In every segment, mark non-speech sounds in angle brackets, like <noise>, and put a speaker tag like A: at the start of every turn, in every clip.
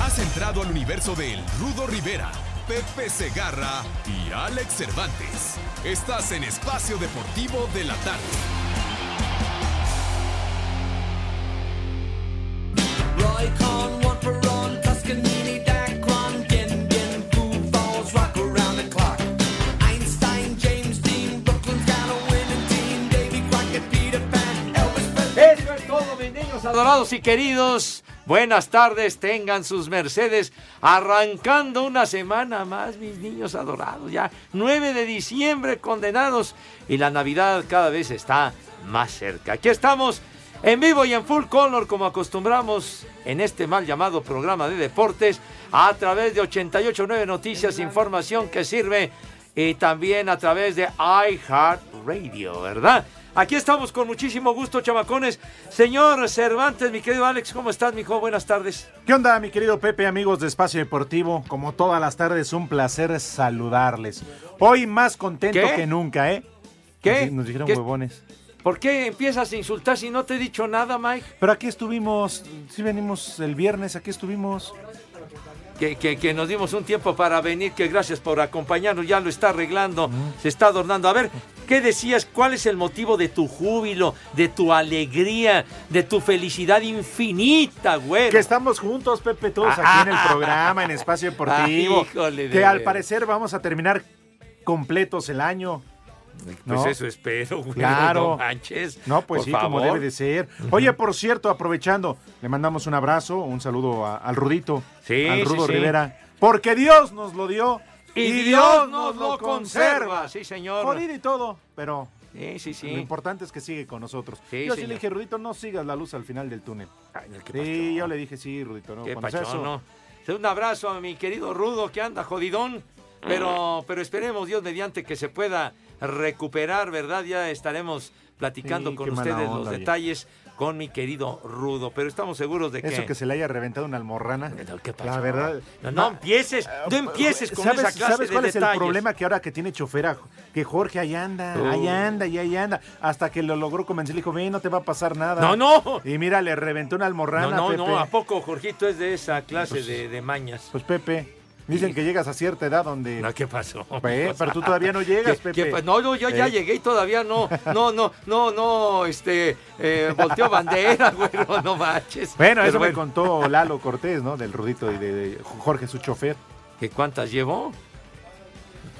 A: Has entrado al universo del Rudo Rivera, Pepe Segarra y Alex Cervantes. Estás en Espacio Deportivo de la Tarde.
B: Eso es todo, mis niños adorados y queridos. Buenas tardes, tengan sus mercedes. Arrancando una semana más, mis niños adorados. Ya 9 de diciembre condenados y la Navidad cada vez está más cerca. Aquí estamos en vivo y en full color como acostumbramos en este mal llamado programa de deportes a través de 889 Noticias, información que sirve y también a través de iHeartRadio, ¿verdad? Aquí estamos con muchísimo gusto, chamacones. Señor Cervantes, mi querido Alex, ¿cómo estás, mijo? Buenas tardes.
C: ¿Qué onda, mi querido Pepe, amigos de Espacio Deportivo? Como todas las tardes, un placer saludarles. Hoy más contento
B: ¿Qué?
C: que nunca, ¿eh?
B: ¿Qué?
C: Nos, nos dijeron
B: ¿Qué?
C: huevones.
B: ¿Por qué empiezas a insultar si no te he dicho nada, Mike?
C: Pero aquí estuvimos, sí venimos el viernes, aquí estuvimos.
B: Que, que- que nos dimos un tiempo para venir, que gracias por acompañarnos, ya lo está arreglando, se está adornando. A ver, ¿qué decías? ¿Cuál es el motivo de tu júbilo, de tu alegría, de tu felicidad infinita, güey?
C: Que estamos juntos, Pepe, todos
B: Ah,
C: aquí en el programa, en Espacio Deportivo.
B: Ay, híjole, de
C: que al
B: veras.
C: parecer vamos a terminar completos el año.
B: Pues
C: ¿no?
B: eso espero, güey.
C: Claro.
B: No manches.
C: No, pues
B: por
C: sí,
B: favor.
C: como debe de ser. Oye, por cierto, aprovechando, le mandamos un abrazo, un saludo a- al Rudito,
B: Sí,
C: al
B: sí,
C: Rudo
B: sí.
C: Rivera, porque Dios nos lo dio
B: Y, Dios nos lo conserva. Sí, señor.
C: Jodido y todo, pero
B: Sí, sí, sí.
C: lo importante es que sigue con nosotros.
B: Sí,
C: yo sí
B: señor.
C: le dije, Rudito, no sigas la luz al final del túnel.
B: Ay, no, qué
C: Sí,
B: pachón.
C: yo le dije, sí, Rudito, no.
B: Qué
C: cuando sea
B: pachón,
C: eso-
B: ¿no? Un abrazo a mi querido Rudo que anda jodidón, pero,
C: Mm.
B: pero esperemos Dios mediante que se pueda recuperar, ¿verdad? Ya estaremos platicando
C: Sí,
B: con
C: qué mala
B: ustedes
C: onda,
B: los
C: oye.
B: detalles con mi querido Rudo, pero estamos seguros de que...
C: Eso que se le haya reventado una almorrana.
B: No, ¿qué pasó?
C: La verdad. ah,
B: No, no empieces, no empieces con
C: ¿Sabes,
B: esa clase
C: ¿Sabes
B: de
C: cuál es el
B: detalles.
C: problema que ahora que tiene chofera? Que Jorge ahí anda,
B: Uh.
C: ahí anda, y ahí anda. Hasta que lo logró convencer, le dijo, ven, no te va a pasar nada.
B: No, no.
C: Y mira, le reventó una
B: No,
C: almorrana,
B: no,
C: Pepe.
B: no, ¿a poco Jorgito es de esa clase de, de mañas?
C: Pues Pepe, dicen que llegas a cierta edad donde...
B: No, ¿qué pasó?
C: Pe- pero tú todavía no llegas,
B: <laughs> ¿Qué-
C: Pepe.
B: qué pa- no, no, yo ya
C: Eh.
B: llegué y todavía no, no, no, no, no, este, eh, volteó bandera, <laughs> güey, no, no manches.
C: Bueno,
B: Pero
C: eso me contó Lalo Cortés, ¿no? Del Rudito y de, de Jorge, su chofer.
B: ¿Que ¿Cuántas llevo?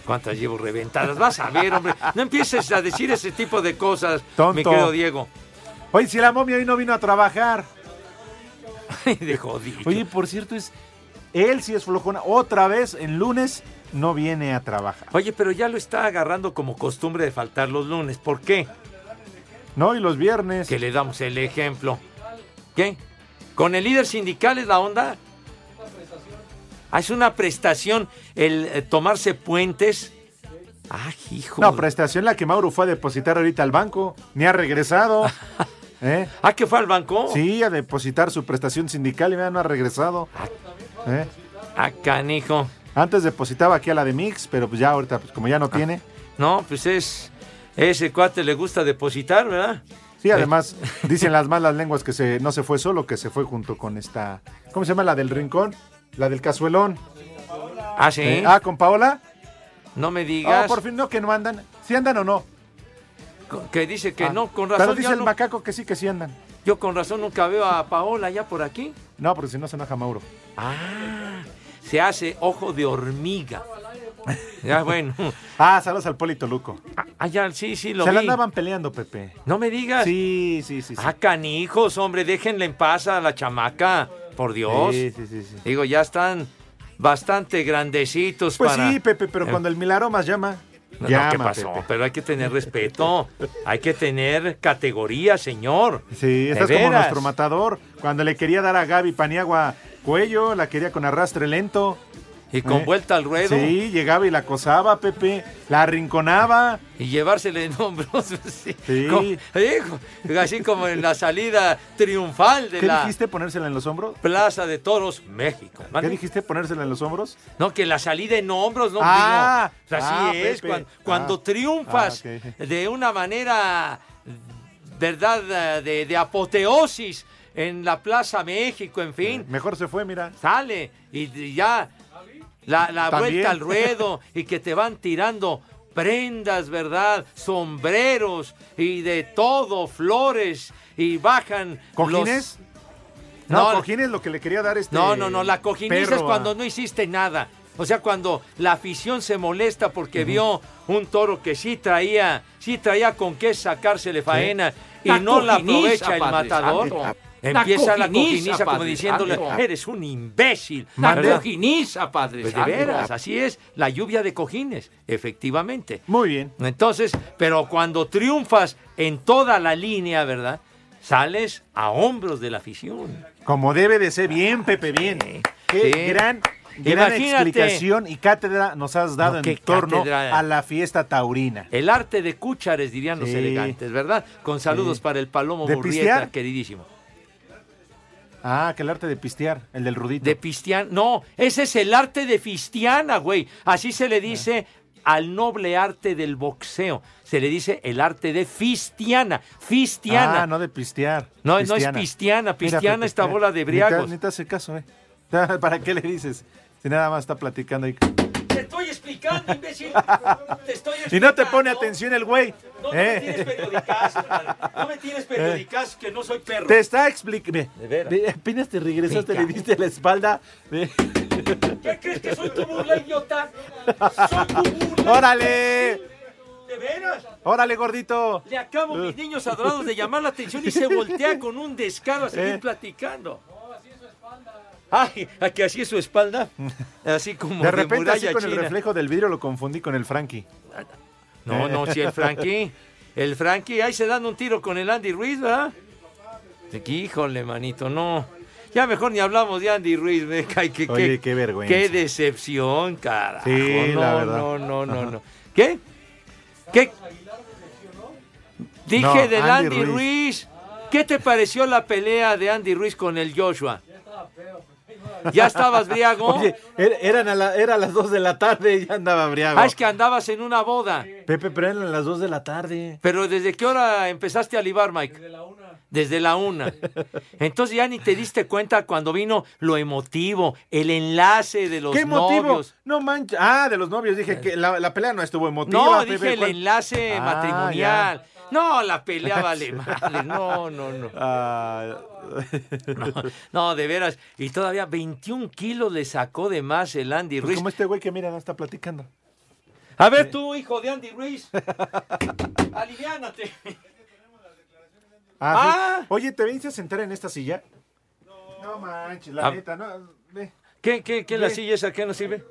B: ¿Cuántas llevo reventadas? Vas a ver, hombre, no empieces a decir ese tipo de cosas, mi
C: Tonto.
B: querido Diego. <laughs>
C: Oye, si la momia hoy no vino a trabajar.
B: de jodido.
C: Oye, por cierto, es él sí es flojona. Otra vez, en lunes, no viene a trabajar.
B: Oye, pero ya lo está agarrando como costumbre de faltar los lunes, ¿por qué?
C: No, y los viernes.
B: Que le damos el ejemplo. ¿Qué? ¿Con el líder sindical es la onda? Ah, Es una prestación el eh, tomarse puentes. Ah, hijo.
C: No, prestación la que Mauro fue a depositar ahorita al banco. Ni ha
B: <laughs>
C: regresado. ¿Eh?
B: Ah, que fue al banco.
C: Sí, a depositar su prestación sindical y mira, no ha regresado. ¿Eh?
B: Ah, canijo.
C: Antes depositaba aquí a la de Mix, pero pues ya ahorita, pues como ya
B: Ah.
C: no tiene.
B: No, pues es. Ese cuate le gusta depositar, ¿verdad?
C: Sí,
B: <laughs>
C: además,
B: Eh.
C: dicen las malas lenguas que se, no se fue solo, que se fue junto con esta. ¿Cómo se llama? La del rincón. La del cazuelón.
B: Ah, sí.
C: ¿Eh? Ah, con Paola.
B: no me
C: Ah,
B: digas.
C: por fin, no, que no andan. ¿Sí andan o no?
B: Que dice que
C: Ah,
B: no, con
C: Pero
B: razón.
C: dice
B: ya
C: el
B: no-
C: macaco que sí, que sí andan.
B: yo con razón nunca veo a Paola ya por aquí.
C: No, porque si no se enoja Mauro.
B: Ah, se hace ojo
C: <laughs>
B: de hormiga. Ya, bueno.
C: Ah, saludos al Polito Luco.
B: Ah, ya, sí, sí, lo
C: se la
B: vi.
C: andaban peleando, Pepe.
B: No me digas.
C: Sí, sí, sí. sí.
B: Ah, canijos, hombre, déjenla en paz a la chamaca, por Dios.
C: Sí, sí, sí, sí.
B: Digo, ya están bastante grandecitos
C: Pues
B: para...
C: sí, Pepe, pero
B: Eh,
C: cuando el Milaromas llama.
B: no, no,
C: llama,
B: ¿qué pasó?
C: Pepe.
B: Pero hay que tener respeto, hay que tener categoría, señor.
C: Sí,
B: De
C: estás como
B: veras.
C: nuestro matador. Cuando le quería dar a Gaby Paniagua cuello, la quería con arrastre lento.
B: Y con
C: Eh,
B: vuelta al ruedo.
C: Sí, llegaba y la acosaba, Pepe. La arrinconaba.
B: Y llevársele en hombros. <laughs> Sí.
C: Sí.
B: Como- hijo, así como en la salida triunfal de
C: ¿Qué
B: la
C: dijiste? ¿Ponérsela en los hombros?
B: Plaza de Toros, México.
C: ¿Qué
B: ¿vale?
C: dijiste? ¿Ponérsela en los hombros?
B: No, que la salida en hombros, no.
C: Ah,
B: digo, pues así
C: ah,
B: es.
C: Pepe.
B: cuan- cuando
C: Ah,
B: triunfas
C: ah, ok.
B: de una manera, ¿verdad? De, de apoteosis en la Plaza México, en fin.
C: Mejor se fue, mira.
B: sale y y ya la, la
C: También.
B: vuelta al ruedo y que te van tirando prendas, ¿verdad? Sombreros y de todo, flores y bajan los-
C: ¿Cojines? No,
B: No,
C: cojines lo que le quería dar este.
B: No, no, no, la cojiniza
C: perro
B: es cuando
D: ah.
C: a-
B: no hiciste nada. O sea, cuando la afición se molesta porque vio un toro que sí traía, sí traía con qué sacársele faena y
D: La
B: no la
D: cojiniza,
B: aprovecha el
D: Padre
B: matador.
D: Santo. La
B: Empieza
D: cojiniza,
B: la cojiniza como
D: Padre
B: diciéndole,
D: Santo.
B: eres un imbécil.
D: La Ah,
B: ¿verdad?
D: cojiniza, padre.
B: Pues de
D: santo.
B: veras, así es, la lluvia de cojines, efectivamente.
C: Muy bien.
B: Entonces, pero cuando triunfas en toda la línea, ¿verdad? Sales a hombros de la afición.
C: Como debe de ser. Bien, Pepe, bien. Qué
B: Ah, sí.
C: gran, gran
B: Imagínate.
C: explicación y cátedra nos has dado
B: No, qué
C: en torno
B: cátedra.
C: a la fiesta taurina.
B: El arte de cúchares, dirían los
C: Sí.
B: elegantes, ¿verdad? Con saludos
C: Sí.
B: para el Palomo
C: ¿De
B: Murrieta,
C: pistear?
B: queridísimo.
C: Ah, que el arte de pistear, el del rudito.
B: De pistián, no, ese es el arte de fistiana, güey. Así se le dice al noble arte del boxeo. Se le dice el arte de fistiana, fistiana.
C: Ah, no de pistear.
B: No, no es pistiana, pistiana
C: Pepe,
B: esta
C: mira,
B: bola de
C: ni te-
B: briagos.
C: Ni te hace caso, eh. <laughs> ¿Para qué le dices? Si nada más está platicando ahí.
B: Te estoy
C: <laughs>
B: explicando, imbécil. Te estoy
C: Y no te
B: explicando.
C: pone atención el güey.
B: No, no
C: ¿eh?
B: me tienes periodicazo, man. No
C: <laughs>
B: me tienes periodicazo, que no soy perro.
C: Te está explicando.
B: De veras.
C: Apenas te regresaste,
B: Me
C: le diste la espalda. Ve.
B: ¿Qué crees que soy tu
C: <laughs>
B: burla, idiota? Soy tu burla.
C: ¡Órale!
B: ¿De veras?
C: ¡Órale, gordito!
B: Le acabo, mis niños adorados, de llamar la atención y se voltea con un descaro a seguir
C: Eh.
B: platicando. Ay, a que así es su espalda. Así como
C: De repente, así
B: muralla
C: con el
B: china.
C: reflejo del vidrio lo confundí con el Frankie.
B: No, no, si el Frankie. El Frankie, ahí se dan un tiro con el Andy Ruiz, ¿verdad? De que, Híjole, manito, no. Ya mejor ni hablamos de Andy Ruiz, me cae que,
C: Oye, qué vergüenza.
B: Qué decepción, carajo.
C: Sí,
B: no,
C: la verdad.
B: no, no, no, no. ¿Qué? ¿Qué? Dije
C: No,
B: del Andy,
C: Andy
B: Ruiz.
C: Ruiz.
B: ¿Qué te pareció la pelea de Andy Ruiz con el Joshua? Ya estabas Pues, briago.
C: er, eran a las 2 de la tarde y ya andaba briago.
B: Ah, es que andabas en una boda.
C: Pepe, pero eran a las 2 de la tarde.
B: Pero ¿desde qué hora empezaste a libar, Mike? Desde la una. Desde la una. Entonces ya ni te diste cuenta cuando vino lo emotivo, el enlace de los
C: ¿Qué motivo?
B: novios. Eh.
C: No manches. Ah, de los novios. Dije que la, la pelea no estuvo emotiva.
B: No,
C: Pepe,
B: dije el
C: ¿cuál?
B: enlace
C: Ah,
B: matrimonial. No, la <laughs> pelea vale madre. No, no, no.
C: Ah,
B: No, de veras. Y todavía 21 kilos le sacó de más el Andy
C: pues
B: Ruiz.
C: como este güey que mira, no está platicando.
B: A ver tú, hijo de Andy <laughs> Ruiz. Aliviánate.
C: Ah, sí.
B: Ah.
C: Oye, ¿te viniste a sentar en esta silla? No manches, la
B: Ah.
C: neta, no. ve.
B: ¿Qué, qué, qué la
C: Sí.
B: silla esa? ¿Qué nos sirve?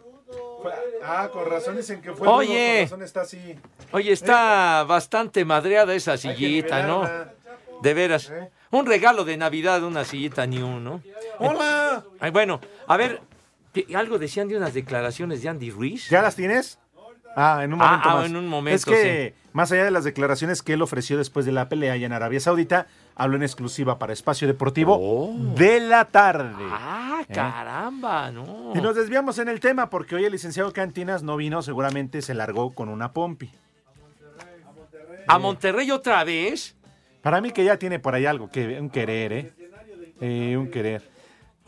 C: Fue- Ah, con razón dicen que fue.
B: Oye.
C: duro, Con razón está así.
B: Oye, está bastante madreada esa
C: Hay que
B: sillita, ¿no?
C: liberarla.
B: De veras.
C: ¿Eh?
B: Un regalo de Navidad, una sillita ni uno.
C: ¡Hola!
B: Ay, bueno, a ver, ¿qué- algo decían de unas declaraciones de Andy Ruiz.
C: ¿Ya las tienes? Ah, en un
B: Ah,
C: momento
B: ah,
C: más.
B: en un momento,
C: Es que, más allá de las declaraciones que él ofreció después de la pelea allá en Arabia Saudita, habló en exclusiva para Espacio Deportivo de la tarde.
B: Oh. Ah, caramba, no.
C: ¿Eh? Y nos desviamos en el tema porque hoy el licenciado Cantinas no vino, seguramente se largó con una pompi.
B: ¿A Monterrey otra vez?
C: Para mí que ya tiene por ahí algo, que un querer, ¿eh? Eh, un querer.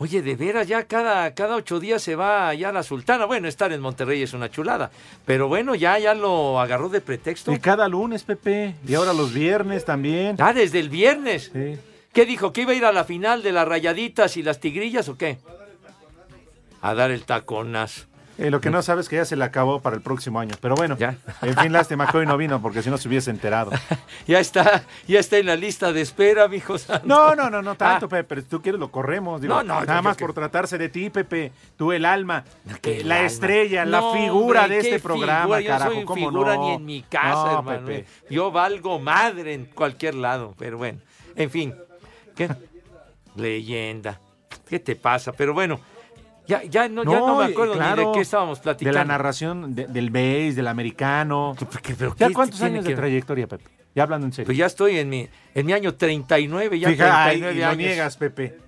B: Oye, de veras, ya cada, cada ocho días se va allá la sultana. Bueno, estar en Monterrey es una chulada. Pero bueno, ya, ya lo agarró de pretexto.
C: Y cada lunes, Pepe. Y ahora los viernes también.
B: Ah, desde el viernes.
C: Sí.
B: ¿Qué dijo? ¿Que iba a ir a la final de las rayaditas y las tigrillas o qué? A dar el taconazo.
C: Eh, lo que no sabes es que ya se le acabó para el próximo año. Pero bueno,
B: Ya.
C: en fin, lástima que hoy no vino porque si no se hubiese enterado.
B: Ya está, ya está en la lista de espera, mijo santo. <laughs>
C: No, no, no, no tanto,
B: Ah.
C: Pepe. Pero si tú quieres lo corremos. digo,
B: No, no,
C: nada
B: yo-
C: más
B: yo-
C: por tratarse de ti, Pepe. Tú el alma,
B: que
C: eh,
B: el
C: la
B: alma.
C: estrella,
B: No,
C: la figura
B: hombre,
C: de
B: qué
C: este programa,
B: figura, Yo
C: carajo.
B: soy
C: ¿cómo
B: figura
C: no?
B: ni en mi casa,
C: No,
B: hermano. eh.
C: Pepe.
B: Yo valgo madre en cualquier lado, pero bueno. En fin. ¿Qué? Leyenda. ¿Qué te pasa? Pero bueno, ya, ya, no, ya no me acuerdo ni de
C: claro,
B: qué estábamos platicando.
C: De la narración de- del base, del americano.
B: ¿Pero qué- pero
C: ¿Ya
B: qué
C: cuántos
B: tiene
C: años
B: que
C: de
B: ver?
C: trayectoria, Pepe? Ya hablando en serio.
B: Pues ya estoy en mi, en mi año 39, ya
C: Fija, ay,
B: 39
C: y lo
B: años.
C: niegas, Pepe.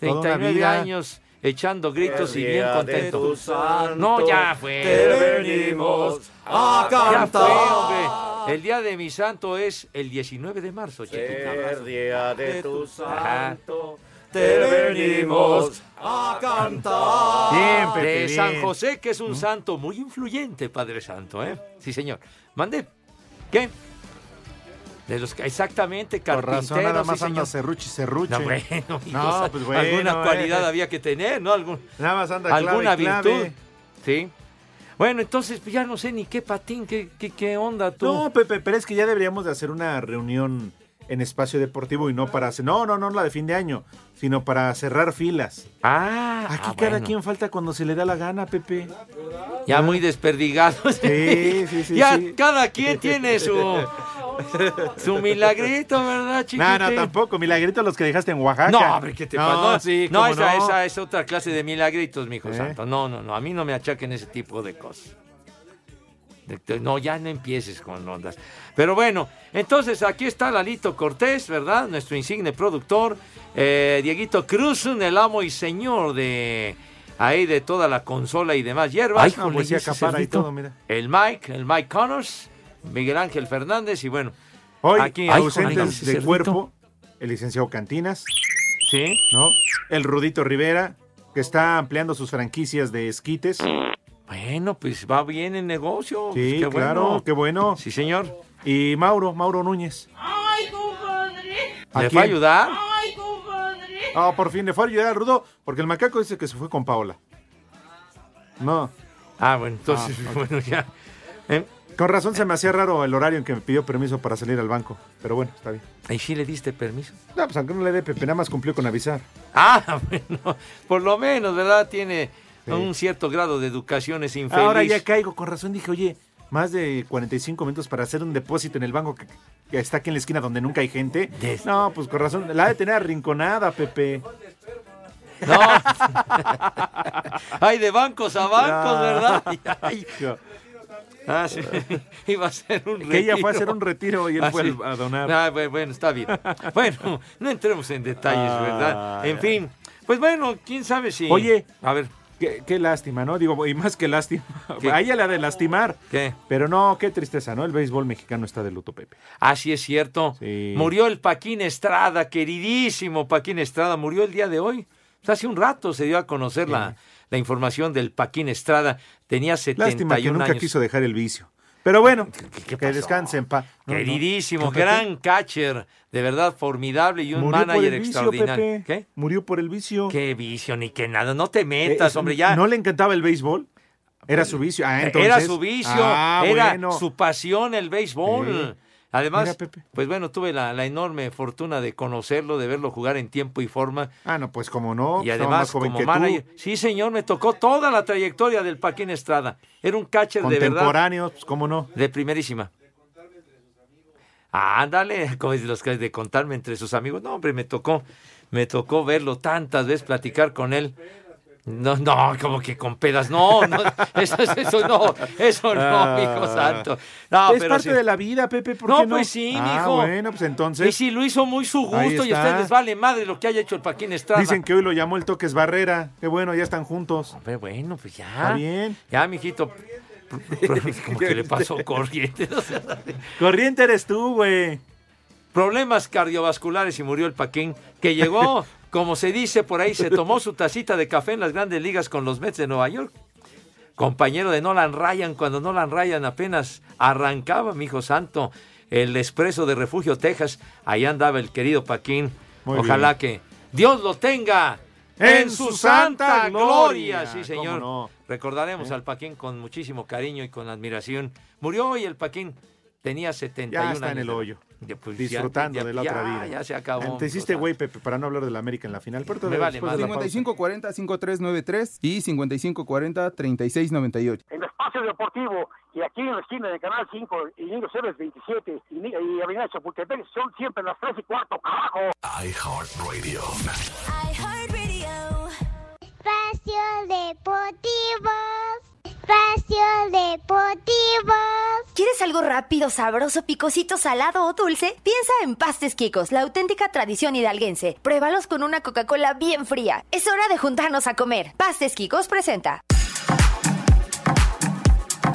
C: Toda una
B: 39
C: vida.
B: años echando gritos y bien contento.
D: santo,
B: No, ya fue.
D: te venimos a
B: Ya fue,
D: cantar.
B: hombre. El día de mi santo es el 19 de marzo, chiquita.
D: El día de tu
B: Ajá.
D: santo te venimos a cantar.
C: Bien, Pepe,
B: De
C: bien.
B: San José, que es un santo muy influyente, Padre Santo, ¿eh? ¿Mm? Sí, señor. Mande. ¿Qué? De los que- exactamente
C: Por
B: carpinteros,
C: razón, nada
B: sí,
C: más anda
B: señor.
C: serruchi, serruchi.
B: <laughs> No, bueno,
C: No,
B: hijos,
C: pues bueno,
B: alguna
C: eh.
B: cualidad había que tener, ¿no? Algún,
C: Nada más anda clave,
B: alguna
C: clave.
B: virtud. Sí. Bueno, entonces pues, ya no sé ni qué patín, qué, qué, qué onda tú.
C: No, Pepe, pero es que ya deberíamos de hacer una reunión en espacio deportivo y
B: Ah.
C: no para... hacer- No, no, no la de fin de año, sino para cerrar filas.
B: ah,
C: Aquí
B: ah,
C: cada
B: bueno.
C: quien falta cuando se le da la gana, Pepe.
B: Ya muy desperdigados. <laughs>
C: Sí, sí, sí,
B: ya
C: sí.
B: cada quien tiene su su milagrito, ¿verdad, chiquitín?
C: No, no, tampoco. Milagrito los que dejaste en Oaxaca.
B: No, hombre, ¿qué te pasa? No,
C: sí,
B: no,
C: cómo
B: esa,
C: no.
B: esa es otra clase de milagritos, mijo
C: ¿Eh?
B: santo. No, no, no, a mí no me achaquen ese tipo de cosas. De- de- No, ya no empieces con ondas. Pero bueno, entonces aquí está Lalito Cortés, ¿verdad? Nuestro insigne productor. Eh, Dieguito Cruz, el amo y señor de ahí de toda la consola y demás hierbas.
C: Ay, jole, pues sí,
B: ese
C: acapara y
B: cerdito.
C: todo, mira.
B: El Mike, el Mike Connors, Miguel Ángel Fernández y bueno.
C: Hoy,
B: aquí, ay,
C: ausentes
B: jole,
C: de
B: ese cerdito.
C: cuerpo, el licenciado Cantinas,
B: Sí.
C: ¿no? El Rudito Rivera, que está ampliando sus franquicias de esquites.
B: Bueno, pues va bien el negocio.
C: Sí,
B: pues, qué
C: claro,
B: bueno.
C: qué bueno.
B: Sí, señor.
C: Y Mauro, Mauro Núñez.
E: ¡Ay, compadre!
C: ¿A
B: ¿Le
C: quién?
B: va a ayudar?
E: ¡Ay, compadre!
C: Ah, por fin le fue a ayudar a Rudo, porque el macaco dice que se fue con Paola. No,
B: Ah, bueno, entonces, <laughs> bueno, ya. Eh,
C: con razón se me hacía raro el horario en que me pidió permiso para salir al banco. Pero bueno, está bien.
B: ¿Y sí le diste permiso?
C: No, pues aunque no le dé Pepe, nada más cumplió con avisar.
B: Ah, <laughs> bueno, por lo menos, ¿verdad? Tiene
C: Sí.
B: un cierto grado de educación, es infeliz.
C: Ahora
B: <laughs>
C: ya caigo, con razón dije, oye, más de 45 minutos para hacer un depósito en el banco que, que está aquí en la esquina donde nunca hay gente.
B: Des-
C: No, pues con razón, la ha de tener arrinconada, Pepe.
B: No. <laughs> Ay, de bancos a bancos,
C: Ah. <laughs>
B: ¿verdad? Ay,
C: Que
B: ah, sí. <laughs> Iba a ser un retiro.
C: ella fue a hacer un retiro y él
B: Ah,
C: fue
B: sí.
C: a donar.
B: Ah, bu- bueno,
C: <laughs>
B: está bien. Bueno, no entremos en detalles, ¿verdad?
C: Ah,
B: En
C: ya.
B: fin, pues bueno, quién sabe si...
C: Oye.
B: A ver,
C: Qué, qué lástima, ¿no? Digo, y más que lástima.
B: ¿Qué?
C: A ella la ha de lastimar.
B: ¿qué?
C: Pero no, qué tristeza, ¿no? El béisbol mexicano está de luto, Pepe.
B: Así ah, es cierto.
C: Sí.
B: Murió el Paquín Estrada, queridísimo Paquín Estrada, murió el día de hoy. O sea, hace un rato se dio a conocer la, la información del Paquín Estrada. Tenía 71
C: Lástima que nunca
B: años.
C: quiso dejar el vicio. Pero bueno,
B: ¿Qué- qué
C: que
B: pasó?
C: descanse en paz. No, no.
B: Queridísimo,
C: No, Pepe,
B: gran catcher, de verdad formidable y un
C: murió por
B: manager
C: el vicio,
B: extraordinario.
C: Pepe.
B: ¿Qué?
C: Murió por el vicio.
B: Qué vicio, ni que nada. No te
C: Eh,
B: metas,
C: eh,
B: hombre, ya.
C: ¿No le encantaba el béisbol? Era su vicio. Ah, entonces.
B: Era su vicio,
C: Ah,
B: era
C: bueno.
B: su pasión el béisbol.
C: Sí.
B: Además,
C: Mira, Pepe.
B: pues bueno, tuve la, la enorme fortuna de conocerlo, de verlo jugar en tiempo y forma.
C: Ah, no, pues como no.
B: y
C: estaba
B: además,
C: más joven
B: como
C: que tú,
B: manager. Sí, señor, me tocó toda la trayectoria del Paquín Estrada. Era un catcher de verdad.
C: Contemporáneo, pues como no.
B: De primerísima. Ándale, como es de los que de contarme entre sus amigos. No, hombre, me tocó, me tocó verlo tantas veces, platicar con él. No, no, como que con pedas. No, <laughs> no, eso, eso, eso no, eso no,
C: Ah.
B: hijo santo. No,
C: es
B: pero
C: parte
B: sí.
C: de la vida, Pepe, ¿por
B: No,
C: qué no?
B: pues sí,
C: ah,
B: mijo.
C: bueno, pues entonces.
B: Y si lo hizo muy su
C: Ahí
B: gusto y a
C: está.
B: ustedes les vale madre lo que haya hecho el Paquín Estrada.
C: Dicen que hoy lo llamó el Toques Barrera. Qué bueno, ya están juntos.
B: Hombre, bueno, pues ya.
C: Está bien.
B: Ya, mijito. <laughs> Como que le pasó corriente. <laughs> no sé.
C: Corriente eres tú, güey.
B: problemas cardiovasculares y murió el Paquín, que llegó, <laughs> como se dice por ahí, se tomó su tacita de café en las grandes ligas con los Mets de Nueva York. Compañero de Nolan Ryan, cuando Nolan Ryan apenas arrancaba, mi hijo santo, el expreso de Refugio Texas, ahí andaba el querido Paquín.
C: Muy
B: Ojalá que Dios lo tenga en, su santa, gloria. ¿Eh? Sí,
C: ¿Cómo
B: señor.
C: no?
B: Recordaremos al Paquín con muchísimo cariño y con admiración. Murió hoy el Paquín. Tenía 71
C: Ya está en
B: años
C: el
B: de-
C: hoyo.
B: Ya, pues, ya-
C: Disfrutando
B: ya-
C: de la
B: ya,
C: otra vida.
B: Ya se acabó.
C: Te hiciste
B: o sea.
C: güey, Pepe, para no hablar de la América en la final. Pero
B: Me vale
C: después de
B: madre.
C: la pausa.
F: 5540-5393 y 5540-3698.
G: en Espacio Deportivo y aquí en la esquina de Canal 5 y Niños Héroes 27 y, Ni- y Avenida Chapultepec son siempre las 3 y cuarto, carajo.
A: iHeartRadio.
H: iHeartRadio. Espacio Deportivo. Espacio Deportivo.
I: ¿Quieres algo rápido, sabroso, picosito, salado o dulce? Piensa en Pastes Quicos, la auténtica tradición hidalguense. Pruébalos con una Coca-Cola bien fría. Es hora de juntarnos a comer. Pastes Quicos presenta.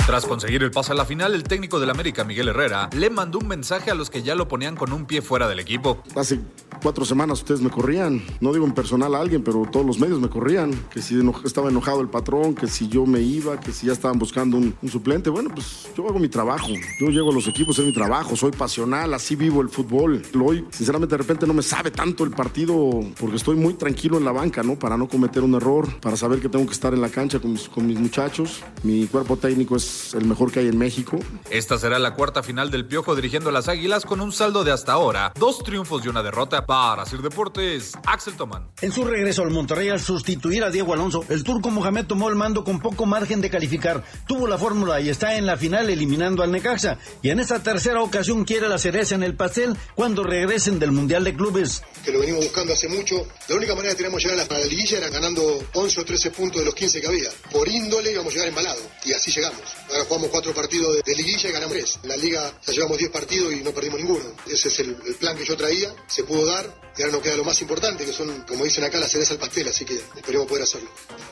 J: Tras conseguir el pase a la final, el técnico del América, Miguel Herrera, le mandó un mensaje a los que ya lo ponían con un pie fuera del equipo.
K: Hace cuatro semanas ustedes me corrían. No digo en personal a alguien, pero todos los medios me corrían. Que si eno- estaba enojado el patrón, que si yo me iba, que si ya estaban buscando un, un suplente. Bueno, pues yo hago mi trabajo. Yo llego a los equipos, es mi trabajo. Soy pasional, así vivo el fútbol. Hoy, sinceramente, de repente no me sabe tanto el partido porque estoy muy tranquilo en la banca, ¿no? Para no cometer un error, para saber que tengo que estar en la cancha con mis, con mis muchachos. Mi cuerpo técnico es el mejor que hay en México.
J: Esta será la cuarta final del Piojo dirigiendo a las Águilas con un saldo de hasta ahora, dos triunfos y una derrota. Para Sir Deportes, Axel Toman.
L: En su regreso al Monterrey al sustituir a Diego Alonso, el turco Mohamed tomó el mando con poco margen de calificar, tuvo la fórmula y está en la final eliminando al Necaxa. Y en esta tercera ocasión quiere la cereza en el pastel cuando regresen del Mundial de Clubes.
M: que lo venimos buscando hace mucho. La única manera que teníamos llegar a la, a la liguilla era ganando 11 o 13 puntos de los 15 que había. Por índole íbamos a llegar embalado y así llegamos. Ahora jugamos cuatro partidos de, de liguilla y ganamos tres. En la liga ya llevamos 10 partidos y no perdimos ninguno. Ese es el, el plan que yo traía, se pudo dar y ahora nos queda lo más importante, que son, como dicen acá, las cereza al pastel, así que esperemos poder hacerlo.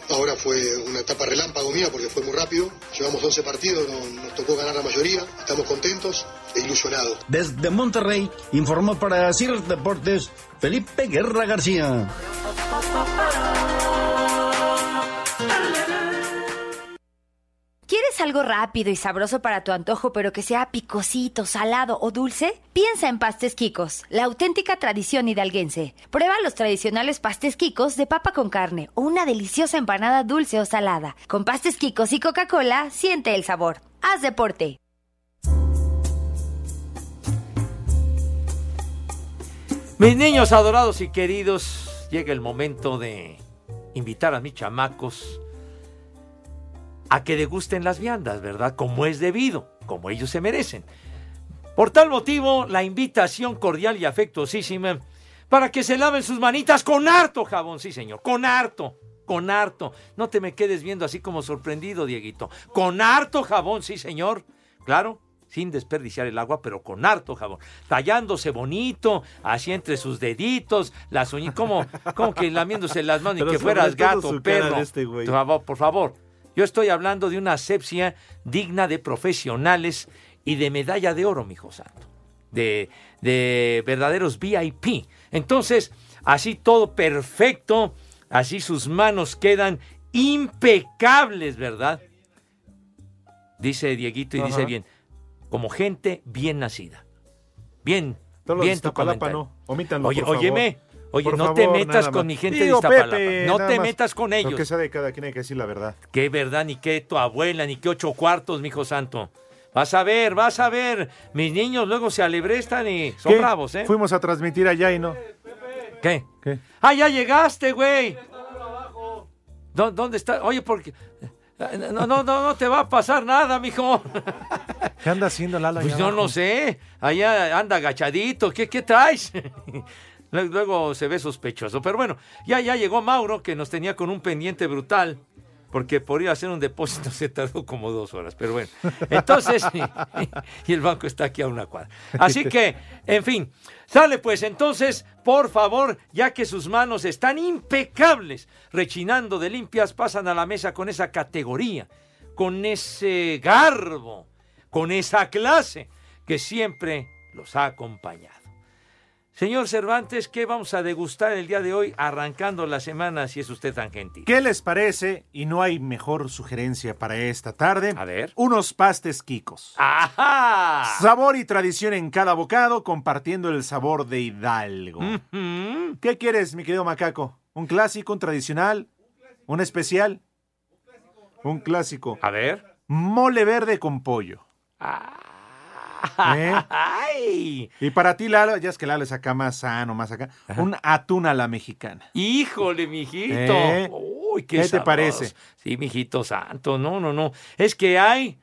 M: Ahora fue una etapa relámpago mía porque fue muy rápido. Llevamos 11 partidos, no- nos tocó ganar la mayoría, estamos contentos e ilusionados.
L: Desde Monterrey informó para Sir Deportes Felipe Guerra García.
I: ¿Quieres algo rápido y sabroso para tu antojo, pero que sea picosito, salado o dulce? Piensa en Pastes Quicos, la auténtica tradición hidalguense. Prueba los tradicionales pastes Quicos de papa con carne o una deliciosa empanada dulce o salada. Con Pastes Quicos y Coca-Cola, siente el sabor. Haz deporte.
B: Mis niños adorados y queridos, llega el momento de invitar a mis chamacos a que degusten las viandas, ¿verdad? Como es debido, como ellos se merecen. Por tal motivo, la invitación cordial y afectuosísima para que se laven sus manitas con harto jabón, sí señor, con harto, con harto. No te me quedes viendo así como sorprendido, Dieguito. Con harto jabón, sí señor. Claro, sin desperdiciar el agua, pero con harto jabón. Tallándose bonito, así entre sus deditos, las uñitas, como, como que lamiéndose las manos
D: Pero
B: y que
D: sobre
B: fueras
D: todo
B: gato,
D: su cara
B: perro.
D: de este güey.
B: Por favor, por favor. Yo estoy hablando de una asepsia digna de profesionales y de medalla de oro, mi hijo santo. De, de verdaderos VIP. Entonces, así todo perfecto, así sus manos quedan impecables, ¿verdad? Dice Dieguito y dice
D: Ajá.
B: bien, como gente bien nacida. Bien,
C: Todos los de
B: bien tu
C: Iztapalapa
B: comentario.
C: no, omítanlo,
B: Oye,
C: por favor.
B: óyeme, oye,
C: Por
B: no te
C: favor,
B: metas
C: nada
B: con
C: más.
B: mi gente de
C: Digo,
B: Iztapalapa.
C: Pepe,
B: no
C: nada
B: te
C: más.
B: metas con
C: Lo
B: ellos.
C: que sea de cada quien hay que decir la verdad.
B: Qué verdad, ni qué tu abuela, ni qué ocho cuartos, mijo santo. Vas a ver, vas a ver. Mis niños luego se alebrestan y son
C: ¿Qué?
B: bravos, ¿eh?
C: Fuimos a transmitir allá y no.
B: ¿Qué?
C: ¿Qué?
B: ¡Ah, ya llegaste, güey! ¿Dó- ¿Dónde está? Oye, porque... eh, No, no, no, no te va a pasar nada, mijo.
C: ¿Qué anda haciendo Lalo?
B: Pues
C: allá
B: yo
C: abajo?
B: no sé. Allá anda agachadito. ¿Qué, qué traes? <laughs> Lue- Luego se ve sospechoso. Pero bueno, ya, ya llegó Mauro, que nos tenía con un pendiente brutal. Porque por ir a hacer un depósito <laughs> se tardó como dos horas. Pero bueno, entonces, <laughs> y el banco está aquí a una cuadra. Así que, en fin, sale pues entonces, por favor, ya que sus manos están impecables, rechinando de limpias, pasan a la mesa con esa categoría, con ese garbo, con esa clase que siempre los ha acompañado. Señor Cervantes, ¿qué vamos a degustar el día de hoy arrancando la semana si es usted tan gentil?
C: ¿Qué les parece? Y no hay mejor sugerencia para esta tarde.
B: A ver.
C: Unos pastes quicos.
B: ¡Ajá!
C: Sabor y tradición en cada bocado, compartiendo el sabor de Hidalgo.
B: Mm,
C: ¿Qué quieres, mi querido macaco? ¿Un clásico, un tradicional? ¿Un especial? Un clásico.
B: A ver.
C: Mole verde con pollo. ¿Eh?
B: ¡Ay!
C: Y para ti, Lalo, ya es que Lalo es acá más sano, más acá. Un atún a la mexicana.
B: ¡Híjole, mijito!
C: ¿Eh?
B: Uy, qué
C: ¿Qué te
B: sabroso.
C: parece?
B: Sí, mijito santo. No, no, no. Es que hay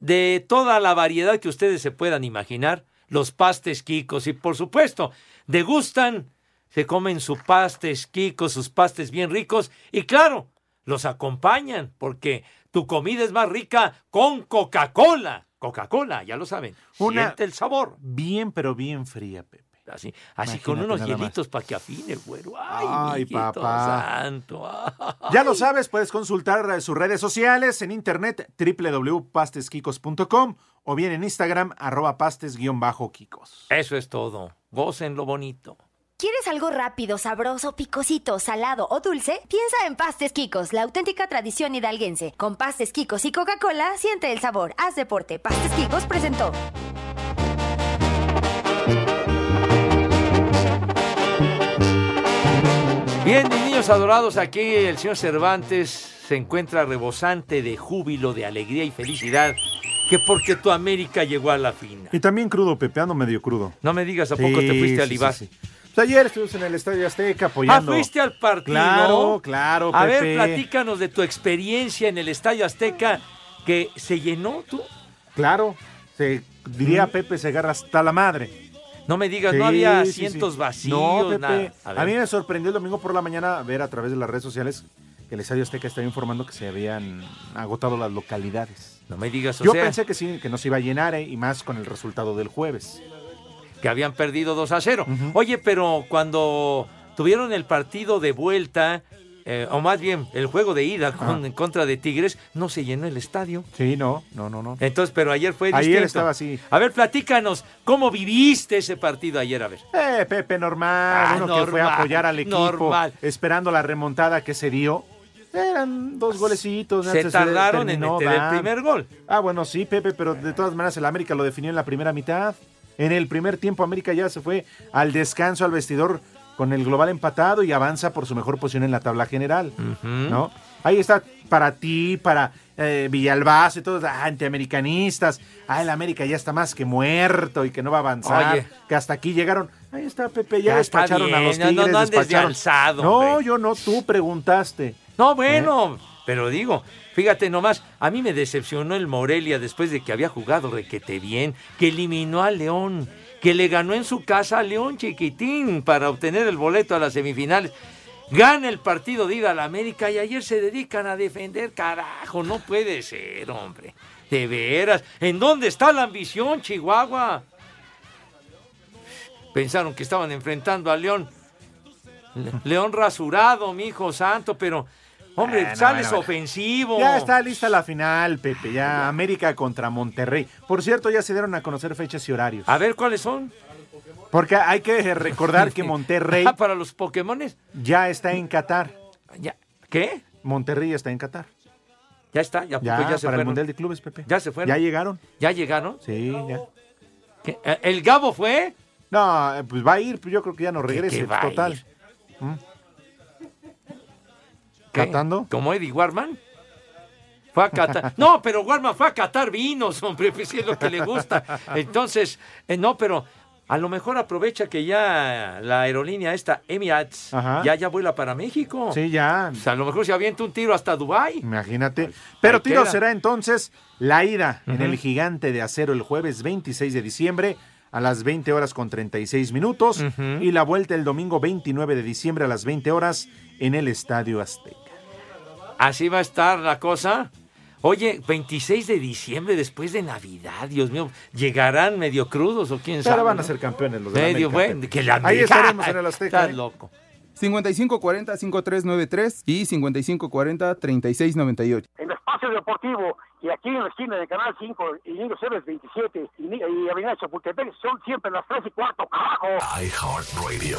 B: de toda la variedad que ustedes se puedan imaginar, los pastes quicos. Y por supuesto, degustan, se comen su pastes quicos, sus pastes bien ricos. Y claro, los acompañan, porque tu comida es más rica con Coca-Cola. Coca-Cola, ya lo saben.
N: Una-
B: Siente el sabor.
N: Bien, pero bien fría, Pepe.
B: Así, Así con unos hielitos para que afine, güero. Ay,
C: Ay,
B: mijito
C: papá.
B: santo. <laughs> Ay.
C: Ya lo sabes, puedes consultar eh, sus redes sociales en internet www.pastesquicos.com o bien en Instagram arroba pastes-quicos.
B: Eso es todo. Gocen lo bonito.
I: ¿Quieres algo rápido, sabroso, picosito, salado o dulce? Piensa en Pastes Quicos, la auténtica tradición hidalguense. Con Pastes Quicos y Coca-Cola, siente el sabor. Haz deporte. Pastes Quicos presentó.
B: Bien, mis niños adorados, aquí el señor Cervantes se encuentra rebosante de júbilo, de alegría y felicidad, que porque tu América llegó a la final.
C: Y también crudo, Pepe, ando medio crudo.
B: No me digas, ¿a poco te fuiste a Libar?
C: Pues ayer estuvimos en el Estadio Azteca apoyando.
B: Ah, fuiste al partido.
C: Claro, claro,
B: A
C: Pepe.
B: ver, platícanos de tu experiencia en el Estadio Azteca, que se llenó tú.
C: Claro, se, diría Pepe Segarra hasta la madre.
B: No me digas,
C: Sí,
B: no había
C: sí, sí.
B: asientos vacíos,
C: No, Pepe,
B: nada.
C: A,
B: ver.
C: mí me sorprendió el domingo por la mañana ver a través de las redes sociales que el Estadio Azteca estaba informando que se habían agotado las localidades.
B: No me digas, o
C: Yo
B: sea,
C: pensé que sí, que no se iba a llenar eh, y más con el resultado del jueves.
B: que habían perdido 2 a 0. Oye, pero cuando tuvieron el partido de vuelta, eh, o más bien el juego de ida con- en contra de Tigres, no se llenó el estadio.
C: Sí, no, no, no, no.
B: Entonces, pero ayer fue
C: Ayer
B: distinto.
C: estaba así.
B: A ver, platícanos, ¿cómo viviste ese partido ayer? A ver.
C: Eh, Pepe, normal,
B: Ah,
C: uno que fue a
B: normal,
C: apoyar al equipo,
B: normal.
C: esperando la remontada que se dio. Eran dos golecitos.
B: Ah, Se
C: Pues, antes
B: tardaron en
C: terminó,
B: meter el
C: va.
B: primer gol.
C: Ah, bueno, sí, Pepe, pero de todas maneras el América lo definió en la primera mitad. En el primer tiempo América ya se fue al descanso, al vestidor, con el global empatado y avanza por su mejor posición en la tabla general, ¿no? Ahí está para ti, para eh, Villalbazo y todos, ah, antiamericanistas. Ah, el América ya está más que muerto y que no va a avanzar,
B: Oye.
C: que hasta aquí llegaron. Ahí está Pepe, ya,
B: Ya está
C: despacharon a
B: bien,
C: los
B: no- no
C: Tigres,
B: andes de
C: despacharon.
B: alzado,
C: no,
B: hombre.
C: yo no, tú preguntaste.
B: No, bueno, pero digo, fíjate nomás, a mí me decepcionó el Morelia después de que había jugado requete bien, que eliminó a León, que le ganó en su casa a León chiquitín para obtener el boleto a las semifinales. Gana el partido de ida a la América y ayer se dedican a defender, carajo, no puede ser, hombre. De veras, ¿en dónde está la ambición, Chihuahua? Pensaron que estaban enfrentando a León. Le- León rasurado, mi hijo santo, pero, hombre,
C: Ah, no,
B: sales
C: bueno, bueno.
B: ofensivo.
C: Ya está lista la final, Pepe. Ya América contra Monterrey. Por cierto, ya se dieron a conocer fechas y horarios.
B: A ver cuáles son.
C: Porque hay que recordar
B: <laughs>
C: que Monterrey
B: Ah, para los Pokémones.
C: ya está en Qatar.
B: Ya. ¿Qué?
C: Monterrey ya está en Qatar.
B: Ya está, ya,
C: Ya,
B: pues, ya se
C: para el
B: fueron.
C: Mundial de Clubes, Pepe.
B: Ya se fueron.
C: Ya llegaron.
B: ¿Ya llegaron?
C: Sí, ya.
B: ¿Qué? ¿Eh, ¿El Gabo fue?
C: No, eh, pues va a ir, pues yo creo que ya no regrese.
B: qué va a
C: total.
B: ir?
C: ¿Mm?
B: ¿Qué?
C: ¿Catando?
B: ¿Como Eddie Warman? Fue a Qatar.
C: <laughs>
B: No, pero Warman fue a Qatar vinos, hombre, pues sí es lo que le gusta. Entonces, eh, no, pero a lo mejor aprovecha que ya la aerolínea esta, Emirates,
C: Ajá.
B: ya ya vuela para México.
C: Sí, ya.
B: O sea, a lo mejor se avienta un tiro hasta Dubái.
C: Imagínate. Pero
B: ahí
C: tiro
B: queda.
C: será entonces la ida en
B: Ujú.
C: el Gigante de Acero el jueves 26 de diciembre a las 20 horas con 36 minutos y la vuelta el domingo 29 de diciembre a las 20 horas en el Estadio Azteca.
B: Así va a estar la cosa. Oye, 26 de diciembre, después de Navidad, Dios mío, ¿llegarán medio crudos o quién
C: Pero
B: sabe?
C: van a
B: no?
C: ser campeones los de la
B: Medio,
C: América,
B: bueno,
C: Pepe.
B: que la
C: Ahí
B: Pues América-
C: estaremos
B: <laughs>
C: en el Azteca.
B: Estás
C: ¿eh?
B: loco.
F: 5540-5393 y 5540-3698.
G: En Espacio Deportivo y aquí en la esquina de Canal 5 y Niños Héroes 27 y, Ni- y Avenida Chapultepec son siempre las 3 y cuarto, carajo.
A: iHeartRadio.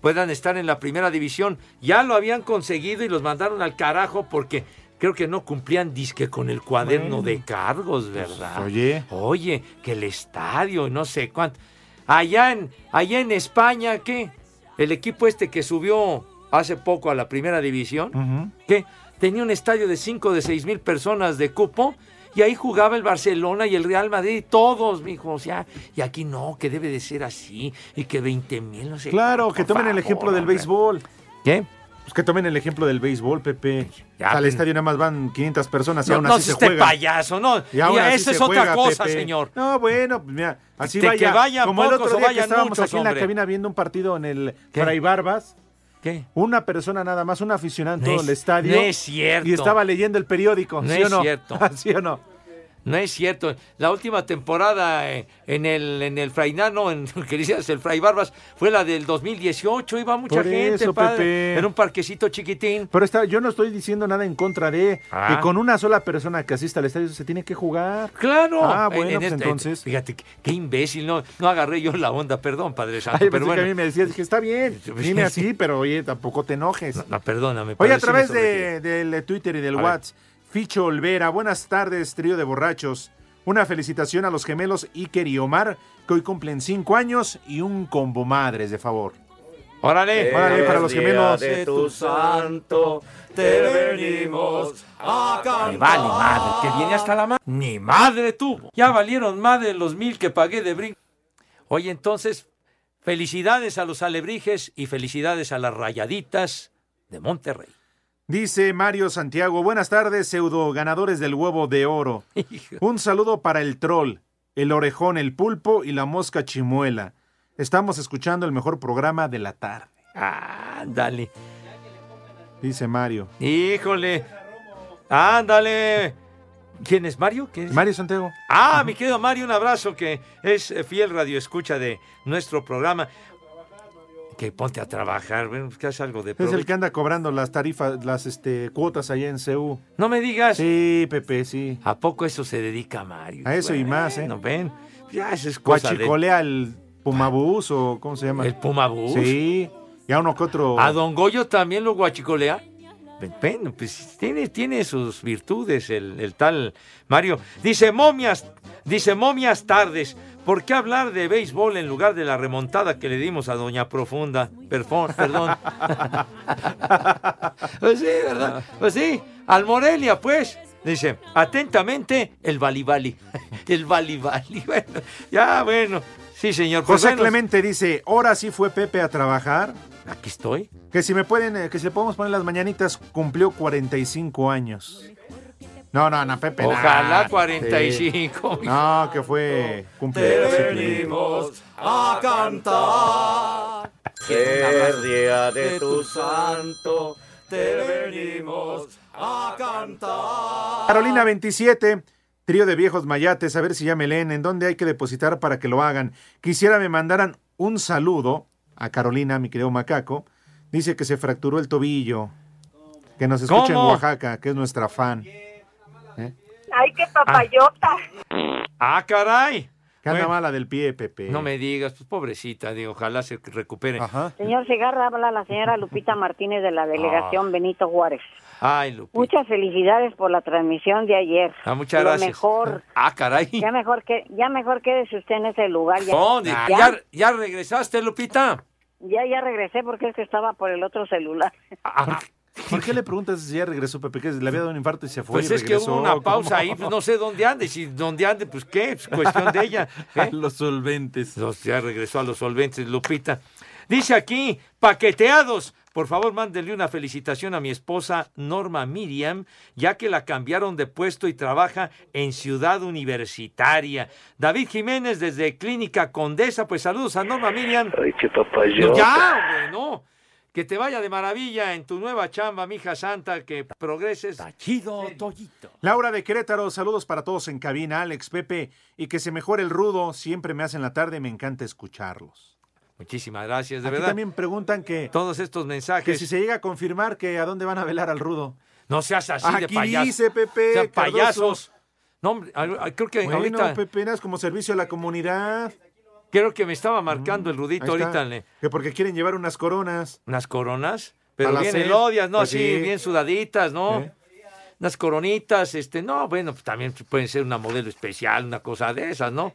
B: puedan estar en la primera división. Ya lo habían conseguido y los mandaron al carajo porque creo que no cumplían disque con el cuaderno bueno, de cargos, ¿verdad?
C: Pues, oye.
B: Oye, que el estadio, no sé cuánto. Allá en, allá en España, ¿qué? El equipo este que subió hace poco a la primera división, uh -huh. ¿qué? Tenía un estadio de 5 de 6 mil personas de cupo. Y ahí jugaba el Barcelona y el Real Madrid, todos, mijo. O sea, y aquí no, que debe de ser así. Y que 20 mil, no sé.
C: Claro, que tomen favor, el ejemplo del hombre. béisbol.
B: ¿Qué?
C: Pues que tomen el ejemplo del béisbol, Pepe.
B: Ya,
C: Al
B: pero-
C: estadio nada más van 500 personas y
B: No,
C: aún
B: no
C: así
B: es
C: se
B: este
C: juega.
B: payaso, no.
C: Y aún
B: Mira,
C: así
B: esa
C: se
B: es otra
C: juega,
B: cosa,
C: Pepe.
B: señor.
C: No, bueno, pues mira, así
B: Que- que
C: vaya.
B: vayan
C: Como el
B: pocos
C: otro
B: o
C: día que
B: vayan
C: estábamos
B: muchos,
C: aquí en
B: hombre.
C: la cabina viendo un partido en el Fray Barbas.
B: ¿Qué?
C: Una persona nada más, un aficionado en
B: No
C: todo
B: es-
C: el estadio.
B: no es cierto.
C: Y estaba leyendo el periódico,
B: No
C: ¿sí o
B: es
C: no?
B: cierto.
C: <laughs> ¿Sí o no?
B: No es cierto. La última temporada eh, en el en el Frainano, en <laughs> que decías el Fray Barbas, fue la del 2018. Iba mucha
C: Por
B: gente,
C: eso,
B: padre.
C: Pepe.
B: En un parquecito chiquitín.
C: Pero está, yo no estoy diciendo nada en contra de
B: Ah.
C: que con una sola persona que asista al estadio se tiene que jugar.
B: Claro.
C: Ah,
B: En-
C: bueno,
B: en
C: pues
B: este-
C: entonces.
B: Fíjate, qué, qué imbécil. No, no agarré yo la onda, perdón, Padre Santo.
C: Ay,
B: pero
C: pensé
B: bueno.
C: que a mí me decías, dije, está bien, dime así, pero oye, tampoco te enojes.
B: No, perdóname.
C: Oye,
B: padre,
C: a
B: sí me
C: través
B: sobregié.
C: de, del Twitter y del
B: A ver.
C: WhatsApp, Ficho Olvera, buenas tardes, trío de borrachos. Una felicitación a los gemelos Iker y Omar, que hoy cumplen cinco años y un combo madres, de favor.
B: Órale,
C: órale para los
D: Día
C: gemelos.
D: de tu santo te venimos a
B: Me
D: cantar.
B: vale madre, que viene hasta la madre. Ni madre tuvo. Ya valieron madre los mil que pagué de brinco. Oye, entonces, felicidades a los alebrijes y felicidades a las rayaditas de Monterrey.
C: Dice Mario Santiago, buenas tardes, pseudo ganadores del huevo de
B: <laughs>
C: oro. Un saludo para el troll, el orejón, el pulpo y la mosca chimuela. Estamos escuchando el mejor programa de la tarde.
B: Ándale.
C: Dice Mario.
B: Híjole. Ándale. ¿Quién es Mario? ¿Quién es?
C: Mario Santiago.
B: Ah, mi querido Mario, un abrazo que es eh, fiel radioescucha de nuestro programa. Que ponte a trabajar, ven, que haz algo de
C: Es el
B: provecho.
C: que anda cobrando las tarifas, las este, cuotas allá en CEU.
B: No me digas.
C: Sí, Pepe, sí.
B: ¿A poco eso se dedica Mario?
C: A eso y más, ¿eh?
B: No ven. Ya eso es cosa de-
C: Guachicolea el Pumabús o ¿cómo se llama?
B: ¿El Pumabús?
C: Sí. Y a uno que otro.
B: ¿A Don Goyo también lo guachicolea? Ven, ven, pues tiene, tiene sus virtudes el, el tal Mario. Dice momias, dice momias tardes. ¿Por qué hablar de béisbol en lugar de la remontada que le dimos a Doña Profunda? Perfón, perdón. <laughs> pues sí, ¿verdad? Pues sí, al Morelia, pues. Dice, atentamente, el Balibali. <laughs> El Balibali. <laughs> Bueno, ya, bueno. Sí, señor. pues
C: José
B: bueno,
C: Clemente dice, ahora sí fue Pepe a trabajar.
B: Aquí estoy.
C: Que si me pueden, eh, que si le podemos poner las mañanitas, cumplió 45 años. No, no, no, Pepe. no.
B: Ojalá
C: Sí.
B: 45.
C: No, que fue
D: Te
C: cumpleaños.
D: venimos a cantar. El día de tu santo te venimos a cantar.
C: Carolina 27, trío de viejos mayates, a ver si ya me leen, en dónde hay que depositar para que lo hagan. Quisiera me mandaran un saludo a Carolina, mi querido macaco. Dice que se fracturó el tobillo, que nos escucha
B: ¿Cómo?
C: en Oaxaca, que es nuestra fan.
O: Ay, qué papayota.
B: Ah, caray.
C: Que anda
B: Bueno,
C: mala del pie, Pepe.
B: No me digas, pues pobrecita, digo, ojalá se recupere.
O: Señor Segarra, habla la señora Lupita Martínez
B: Ah.
O: de la delegación Benito Juárez.
B: Ay, Lu.
O: Muchas felicidades por la transmisión de ayer.
B: Ah, muchas
O: Lo
B: gracias. <laughs>
O: mejor.
B: Ah, caray.
O: Ya mejor que ya mejor quédese usted en ese lugar. Ya,
B: No, di-
O: ya,
B: ya, ya regresaste, Lupita.
O: ya- ya regresé porque es que estaba por el otro celular.
C: ¿Por qué le preguntas si ya regresó Pepe? Que le había dado un infarto y se fue.
B: Pues
C: y
B: es que
C: regresó,
B: hubo una
C: ¿cómo?
B: pausa ahí, pues no sé dónde ande, si dónde ande, pues qué, es cuestión de
C: <laughs>
B: ella. ¿eh?
C: Los solventes.
B: Los- ya regresó a los solventes, Lupita. Dice aquí, paqueteados. Por favor, mándenle una felicitación a mi esposa Norma Miriam, ya que la cambiaron de puesto y trabaja en Ciudad Universitaria. David Jiménez desde Clínica Condesa, pues saludos a Norma Miriam.
E: Ay, qué papayota.
B: No, ya, hombre, no. Que te vaya de maravilla en tu nueva chamba, mija santa, que progreses. Tachido, Toyito.
C: Laura de Querétaro, saludos para todos en cabina, Alex, Pepe, y que se mejore el rudo, siempre me hacen la tarde, me encanta escucharlos.
B: Muchísimas gracias, de
C: Aquí
B: verdad.
C: también preguntan que,
B: Todos estos mensajes.
C: que si se llega a confirmar que a dónde van a velar al rudo.
B: No seas así de
C: Aquí
B: payaso.
C: dice, Pepe,
B: O sea,
C: Cardoso.
B: payasos. No, hombre, a- a- creo que
C: Bueno,
B: ahorita.
C: Pepe, nada, es como servicio a la comunidad.
B: Creo que me estaba marcando el
C: Mm, Ahí
B: rudito
C: está.
B: ahorita. le-
C: Que porque quieren llevar unas coronas.
B: Unas coronas. Pero
C: Para
B: bien
C: hacer,
B: elodias, ¿no?
C: pues
B: así,
C: sí.
B: bien sudaditas, ¿no?
C: ¿Eh?
B: Unas coronitas, este, no, bueno, pues también pueden ser una modelo especial, una cosa de esas, ¿no?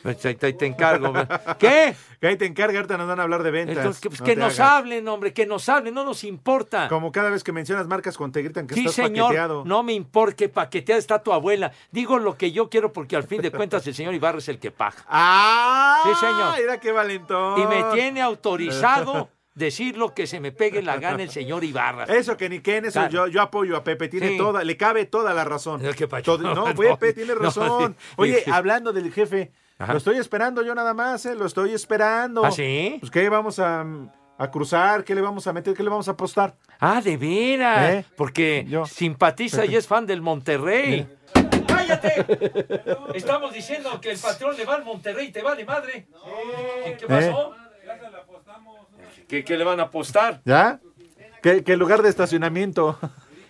B: Pues ahí, ahí te encargo.
C: <laughs>
B: ¿Qué?
C: Que ahí te encarga, ahorita nos van a hablar de ventas.
B: Entonces, que, pues,
C: No
B: que
C: te
B: nos
C: hagas.
B: hablen, hombre, que nos hablen, no nos importa.
C: Como cada vez que mencionas marcas cuando te gritan que
B: Sí,
C: estás
B: señor,
C: paqueteado.
B: no me importa que paqueteada está tu abuela. Digo lo que yo quiero porque al fin de cuentas el señor Ibarra es el que paga.
C: ¡Ah!
B: Sí, señor.
C: Mira qué valentón.
B: Y me tiene autorizado decir lo que se me pegue la gana el señor Ibarra.
C: Eso que ni Ken, eso
B: Claro.
C: yo, yo apoyo a Pepe, tiene
B: Sí.
C: toda, le cabe toda la razón.
B: No, qué pacho.
C: Todo- no,
B: <laughs> No,
C: Pepe tiene
B: no,
C: razón.
B: sí.
C: Oye,
B: Sí.
C: hablando del jefe,
B: Ajá.
C: lo estoy esperando yo nada más, eh, lo estoy esperando.
B: ¿Ah, sí?
C: Pues qué vamos a, mm, a cruzar, qué le vamos a meter, qué le vamos a apostar.
B: Ah, de veras.
C: ¿Eh?
B: Porque simpatiza y es fan del Monterrey. ¡Cállate! Estamos diciendo que el patrón le va al Monterrey, te vale madre. ¿Qué, qué pasó?
C: ¿Eh?
B: ¿Qué, qué le van a apostar?
C: ¿Ya? Que, que el lugar de estacionamiento. <laughs>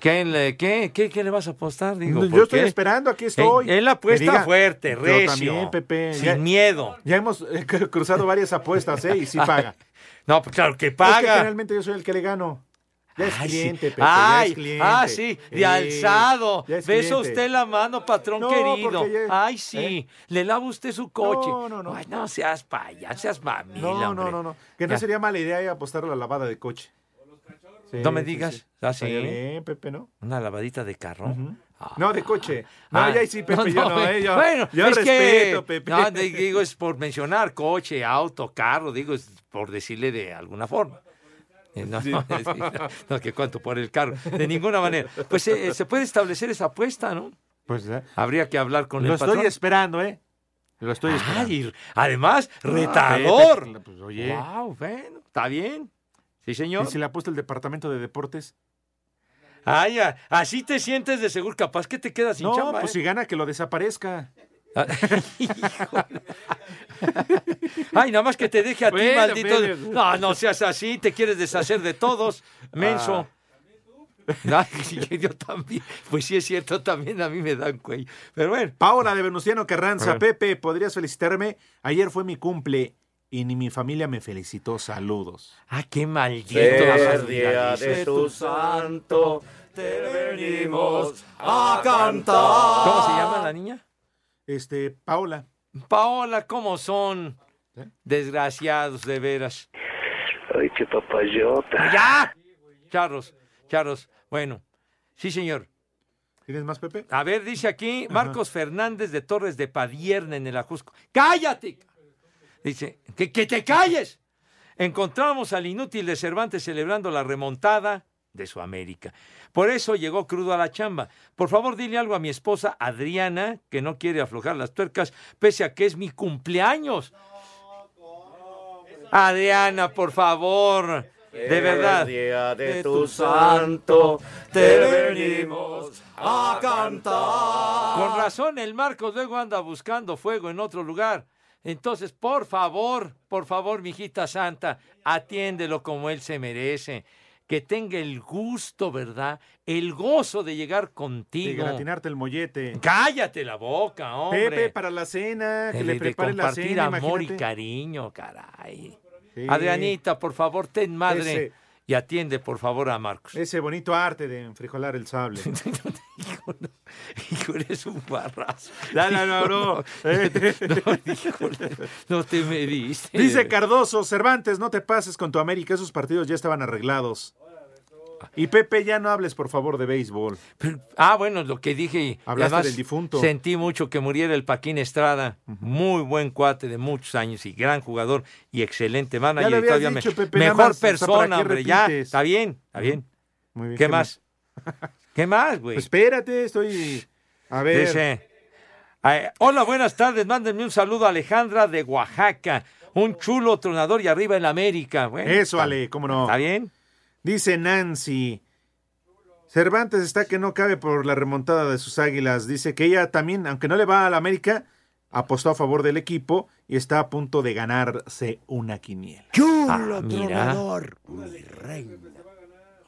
B: ¿Qué, le- qué, qué- qué le vas a apostar? Digo,
C: Yo
B: ¿por
C: estoy
B: qué?
C: esperando, aquí estoy.
B: Él, él apuesta
C: Que diga,
B: fuerte,
C: yo
B: recio.
C: también, Pepe.
B: Sin
C: Ya-
B: miedo.
C: Ya hemos eh, cru- cruzado varias apuestas, ¿eh? Y sí paga.
B: No, pues claro que
C: Es que
B: paga.
C: generalmente yo soy el que le gano. Ya es
B: Ay, sí.
C: cliente, Pepe. ya
B: Ay,
C: es cliente.
B: ah, sí, de
C: Eh,
B: alzado.
C: ya es
B: Besa
C: cliente.
B: usted la mano, patrón
C: No,
B: querido.
C: porque ya- ¿eh?
B: Ay, sí, le lava usted su coche.
C: No, no, no.
B: Ay, no seas paya, seas mami.
C: No, no, no, no. Que no
B: Ya.
C: sería mala idea ir a apostar a la lavada de coche. Sí,
B: No me
C: sí,
B: digas.
C: sí.
B: Ah, sí.
C: Estaría bien, Pepe, ¿no?
B: Una lavadita de carro. Ah.
C: No, de coche. No,
B: Ah,
C: ya ahí sí, Pepe, yo no,
B: eh,
C: eh, yo,
B: bueno,
C: yo
B: es
C: respeto,
B: que,
C: Pepe.
B: no, de- digo, es por mencionar coche, auto, carro, digo, es por decirle de alguna forma. Eh, No, <laughs>
C: Sí.
B: no, no, que cuánto por el carro, de ninguna manera. Pues eh, se puede establecer esa apuesta, ¿no?
C: Pues eh,
B: Habría que hablar con
C: lo
B: el
C: estoy
B: patrón. Ah.
C: esperando, ¿eh? Lo estoy esperando.
B: Ay, además,
C: Ah,
B: retador.
C: Pepe, pues, oye.
B: Wow, bueno, está bien. Sí, señor.
C: ¿Y si le apuesta el departamento de deportes?
B: Ay, a- así te sientes de seguro, capaz que te quedas sin
C: no,
B: chamba.
C: pues
B: ¿eh?
C: si gana, que lo desaparezca.
B: Ah, híjole. Ay, nada más que te deje a ti,
C: Bueno,
B: maldito.
C: pero-
B: No, no seas así, te quieres deshacer de todos, menso. Ay, <laughs> sí, yo también. Pues sí, es cierto, también a mí me dan cuello. Pero bueno.
C: Paola de Venustiano Carranza,
B: A ver.
C: Pepe, ¿podrías felicitarme? Ayer fue mi cumple y ni mi familia me felicitó. Saludos.
B: Ah, qué maldito.
D: El día de tu santo te venimos a cantar.
B: ¿Cómo se llama la niña?
C: Este, Paola.
B: Paola, ¿cómo son?
D: ¿Eh?
B: Desgraciados, de veras.
E: Ay, qué papayota.
B: ¡Ya! Charros, charros. Bueno, sí, señor.
C: ¿Tienes más, Pepe?
B: A ver, dice aquí Marcos Fernández de Torres de Padierna en el Ajusco. ¡Cállate! Dice, ¡que, que te calles! Encontramos al inútil de Cervantes celebrando la remontada de su América. Por eso llegó crudo a la chamba. Por favor, dile algo a mi esposa Adriana, que no quiere aflojar las tuercas, pese a que es mi cumpleaños. Adriana, por favor. De
D: El
B: verdad.
D: día de tu santo te venimos a cantar.
B: Con razón, el Marcos luego anda buscando fuego en otro lugar. Entonces, por favor, por favor, mi hijita santa, atiéndelo como él se merece. Que tenga el gusto, ¿verdad? El gozo de llegar
C: De
B: contigo.
C: gratinarte el mollete.
B: Cállate la boca, hombre.
C: Pepe, para la cena, que
B: De-
C: le
B: de
C: prepare la
B: compartir
C: cena.
B: amor y
C: imagínate.
B: cariño, caray.
C: Sí.
B: Adrianita, por favor, ten madre
C: Ese.
B: y atiende, por favor, a Marcos. <laughs>
C: Ese bonito arte de enfrijolar el sable.
B: Hijo, eres un barrazo.
C: Ya, ya, ya,
B: Hijo,
C: bro.
B: No,
C: Eh.
B: no, híjole, no te me diste.
C: Dice Cardoso, Cervantes, no te pases con tu América, esos partidos ya estaban arreglados. Y Pepe, ya no hables, por favor, de béisbol.
B: Ah, bueno, lo que dije. y
C: Hablaste
B: además
C: del difunto.
B: Sentí mucho que muriera el Paquín Estrada. Muy buen cuate de muchos años y gran jugador y excelente manager.
C: lo
B: y
C: habías
B: todavía
C: dicho, Pepe, nada
B: mejor
C: más, o sea, ¿para
B: persona,
C: qué
B: hombre. Ya,
C: repites?
B: está bien, está bien.
C: Muy bien,
B: ¿Qué,
C: ¿qué <laughs> Pues
B: más? ¿Qué más, güey?
C: Espérate, estoy... A ver.
B: Dice, eh, hola, buenas tardes, mándenme un saludo a Alejandra de Oaxaca, un chulo tronador y arriba en América. Bueno,
C: Eso,
B: está-
C: Ale, cómo no.
B: ¿Está bien?
C: Dice Nancy. Cervantes está que no cabe por la remontada de sus águilas. Dice que ella también, aunque no le va a la América, apostó a favor del equipo y está a punto de ganarse una quiniela.
B: Ah, mira.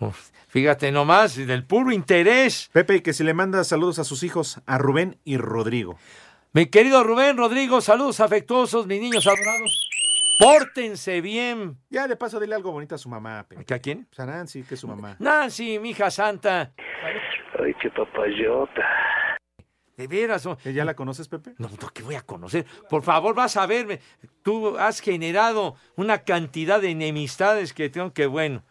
B: Uf, fíjate nomás, del puro interés.
C: Pepe, y que si le manda saludos a sus hijos, a Rubén y Rodrigo.
B: Mi querido Rubén Rodrigo, saludos afectuosos, mis niños adorados. Pórtense bien.
C: Ya de paso dile algo bonito a su mamá, Pepe.
B: ¿A quién?
C: Pues a Nancy, que es su mamá.
B: Nancy, mi hija santa.
E: Ay, qué papayota.
B: De veras. oh,
C: ¿Que ¿Ya la conoces, Pepe?
B: No, no, que voy a conocer. Por favor, vas a verme. Tú has generado una cantidad de enemistades que tengo que, bueno.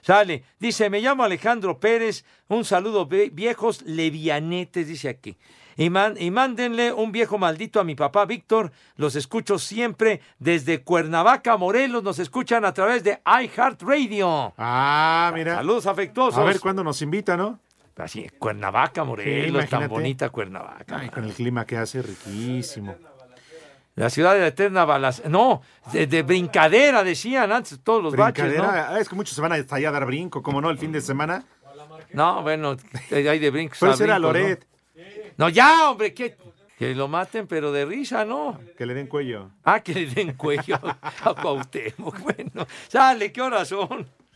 B: Sale. Dice, me llamo Alejandro Pérez. Un saludo, ve- viejos levianetes, dice aquí. Y, man- y mándenle un viejo maldito a mi papá Víctor. Los escucho siempre desde Cuernavaca, Morelos. Nos escuchan a través de iHeartRadio.
C: Ah, mira.
B: Saludos afectuosos.
C: A ver cuándo nos invita, ¿no?
B: Así, Cuernavaca, Morelos, tan
C: imagínate.
B: bonita Cuernavaca.
C: Ay, con el clima que hace, riquísimo.
B: La ciudad de la eterna balas. No, de, de brincadera decían antes todos los baches, Mm.
C: Brincadera. Ah, Es que muchos se van a- hasta allá a dar brinco, como no, el fin de semana.
B: ¿no? No, bueno, hay de brincos.
C: Pero
B: a
C: ese era
B: brincos, ¿no?
C: Loret.
B: No, ya, hombre, que, que lo maten, pero de risa, ¿no?
C: Que le den cuello.
B: Ah, que le den cuello <laughs> a Cuauhtémoc. Bueno, sale, ¿qué horas son?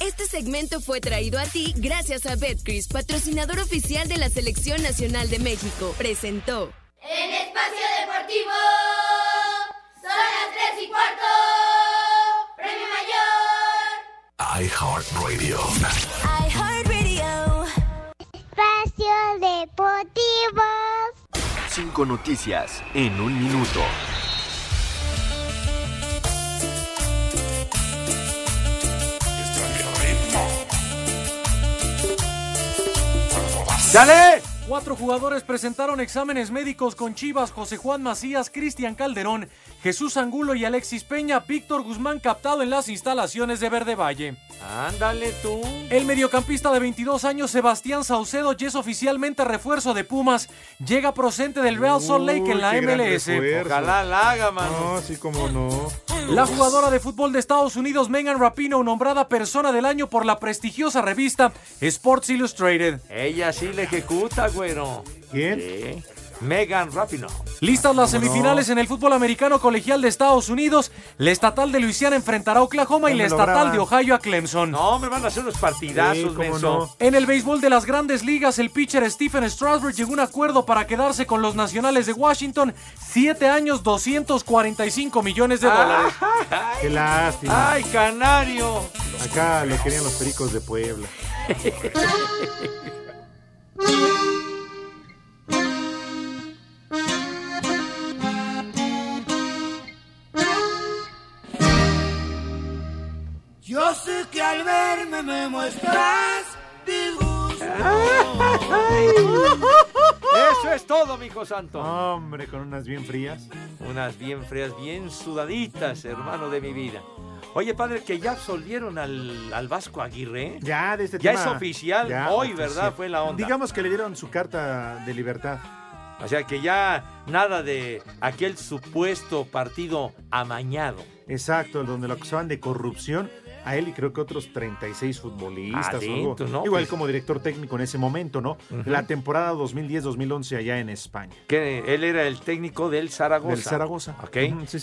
P: Este segmento fue traído a ti gracias a Betcris, patrocinador oficial de la Selección Nacional de México. Presentó.
H: En Espacio Deportivo son las 3 y cuarto. Premio Mayor.
J: iHeartRadio.
H: iHeartRadio. Espacio Deportivo.
J: Cinco noticias en un minuto.
B: ¡Sale!
K: Cuatro jugadores presentaron exámenes médicos con Chivas, José Juan Macías, Cristian Calderón, Jesús Angulo y Alexis Peña, Víctor Guzmán captado en las instalaciones de Verde Valle.
B: Ándale tú.
K: El mediocampista de 22 años Sebastián Saucedo ya es oficialmente refuerzo de Pumas, llega procedente del Real Salt Lake en la
C: Uy, qué gran
K: MLS.
C: refuerzo.
K: mano.
C: No, sí, como no.
K: La jugadora de fútbol de Estados Unidos Megan Rapinoe nombrada persona del año por la prestigiosa revista Sports Illustrated.
B: Ella sí le ejecuta, güero.
C: ¿Quién?
B: Megan Rapinoe.
K: Listas las
B: ¿Cómo no?
K: semifinales en el fútbol americano colegial de Estados Unidos. La estatal de Luisiana enfrentará a Oklahoma y la
B: Ya me lo
K: estatal
B: graban.
K: de Ohio a Clemson.
B: No, hombre, van a hacer unos partidazos, menso.
K: En el béisbol de las grandes ligas, el pitcher Stephen Strasburg llegó a un acuerdo para quedarse con los nacionales de Washington. Siete años, 245 millones de dólares.
C: Qué lástima.
B: Ah, ¡Ay, canario!
C: Acá lo querían los pericos de Puebla.
Q: Yo sé que al verme me muestras
B: Eso es todo, mijo santo.
C: Hombre, con unas bien frías.
B: Unas bien frías, bien sudaditas, hermano de mi vida. Oye, padre, que ya absolvieron al, al Vasco Aguirre. ¿eh?
C: Ya, de este
B: Ya
C: tema.
B: es oficial.
C: Ya,
B: Hoy,
C: oficial.
B: ¿verdad? Fue la onda.
C: Digamos que le dieron su carta de libertad.
B: O sea que ya nada de aquel supuesto partido amañado.
C: Exacto, donde lo acusaban de corrupción a él y creo que otros 36 futbolistas. o algo.
B: Adentro, ¿no?
C: Igual
B: Pues-
C: como director técnico en ese momento, ¿no?
B: Ujú.
C: La temporada 2010-2011 allá en España.
B: Que él era el técnico del Zaragoza.
C: Del Zaragoza.
B: Ok.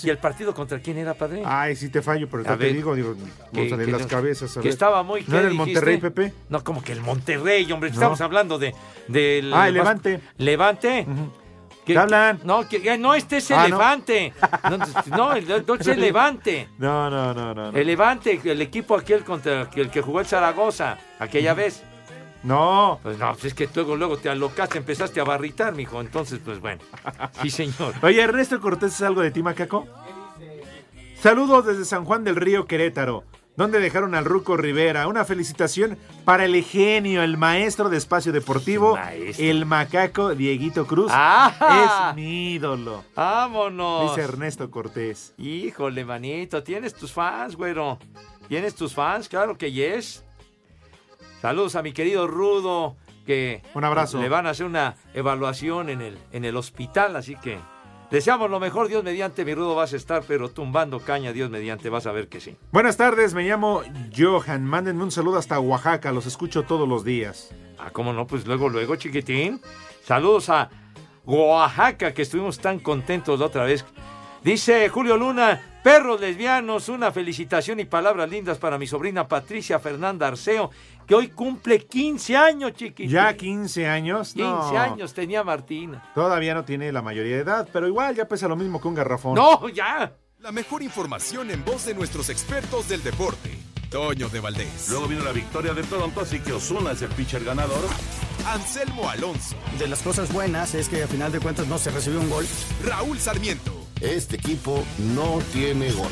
B: ¿Y el partido contra quién era, padre?
C: Ay, sí te fallo, pero
B: A
C: ya te
B: ver,
C: digo, digo,
B: que-
C: vamos a leer
B: que
C: Ah, las
B: no-
C: cabezas. a
B: que
C: ver.
B: estaba muy-
C: ¿No era
B: ¿qué
C: el Monterrey,
B: dijiste?
C: Pepe?
B: No, como que el Monterrey, hombre.
C: No.
B: Estamos hablando de, del.
C: Ah, el
B: Vasco-
C: Levante.
B: Levante. ¿Qué
C: hablan?
B: No, que, eh, no, este es el
C: Ah, ¿no?
B: Levante. No,
C: <laughs>
B: no, el, no, es el Levante.
C: No, no, no, no. No,
B: El Levante, el equipo aquel contra el que jugó el Zaragoza aquella vez.
C: no.
B: Pues no, pues es que luego, luego te alocaste, empezaste a barritar, mijo. Entonces, pues bueno.
C: <laughs>
B: Sí, señor.
C: Oye, Ernesto Cortés, ¿es algo de ti, Macaco? Saludos desde San Juan del Río, Querétaro, donde dejaron al Ruco Rivera. Una felicitación para el genio, el maestro de espacio deportivo, el macaco Dieguito Cruz.
B: ¡Ah!
C: Es mi ídolo.
B: Vámonos.
C: Dice Ernesto Cortés.
B: Híjole, manito, tienes tus fans, güero. Tienes tus fans, claro que yes. Saludos a mi querido Rudo, que
C: Un abrazo.
B: le van a hacer una evaluación en el, en el hospital, así que deseamos lo mejor, Dios mediante, mi Rudo vas a estar, pero tumbando caña, Dios mediante, vas a ver que sí.
C: Buenas tardes, me llamo Johan. Mándenme un saludo hasta Oaxaca, los escucho todos los días.
B: Ah, cómo no, pues luego, luego, chiquitín. Saludos a Oaxaca, que estuvimos tan contentos la otra vez. Dice Julio Luna, perros lesbianos, una felicitación y palabras lindas para mi sobrina Patricia Fernanda Arceo, que hoy cumple 15 años, chiquitín.
C: Ya 15 años,
B: 15
C: no.
B: años tenía Martina.
C: Todavía no tiene la mayoría de edad, pero igual ya pesa lo mismo que un garrafón.
B: ¡No, ya!
A: La mejor información en voz de nuestros expertos del deporte. Toño de Valdés.
M: Luego vino la victoria de Toronto, así que Osuna es el pitcher ganador.
A: Anselmo Alonso.
N: De las cosas buenas es que a final de cuentas no se recibió un gol.
A: Raúl Sarmiento.
R: Este equipo no tiene gol.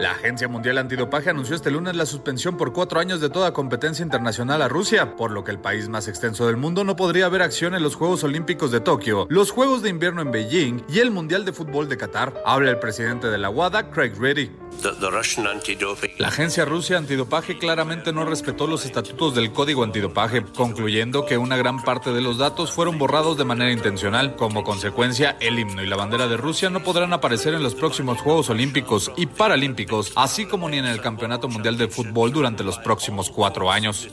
S: La Agencia Mundial Antidopaje anunció este lunes la suspensión por cuatro años de toda competencia internacional a Rusia, por lo que el país más extenso del mundo no podría ver acción en los Juegos Olímpicos de Tokio, los Juegos de Invierno en Beijing y el Mundial de Fútbol de Qatar. Habla el presidente de la WADA, Craig Reddy. La agencia Rusia antidopaje claramente no respetó los estatutos del código antidopaje, concluyendo que una gran parte de los datos fueron borrados de manera intencional. Como consecuencia, el himno y la bandera de Rusia no podrán aparecer en los próximos Juegos Olímpicos y Paralímpicos, así como ni en el Campeonato Mundial de Fútbol durante los próximos cuatro años.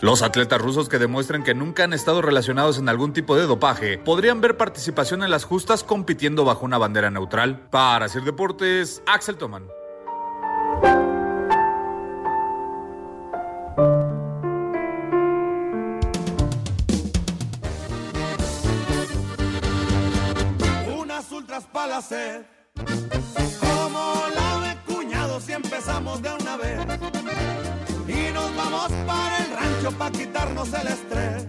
S: Los atletas rusos que demuestren que nunca han estado relacionados en algún tipo de dopaje podrían ver participación en las justas compitiendo bajo una bandera neutral. Para hacer deportes, Axel Toman.
T: Unas ultras para hacer. Como la de cuñado si empezamos de una vez. Y nos vamos para el rancho para quitarnos el estrés.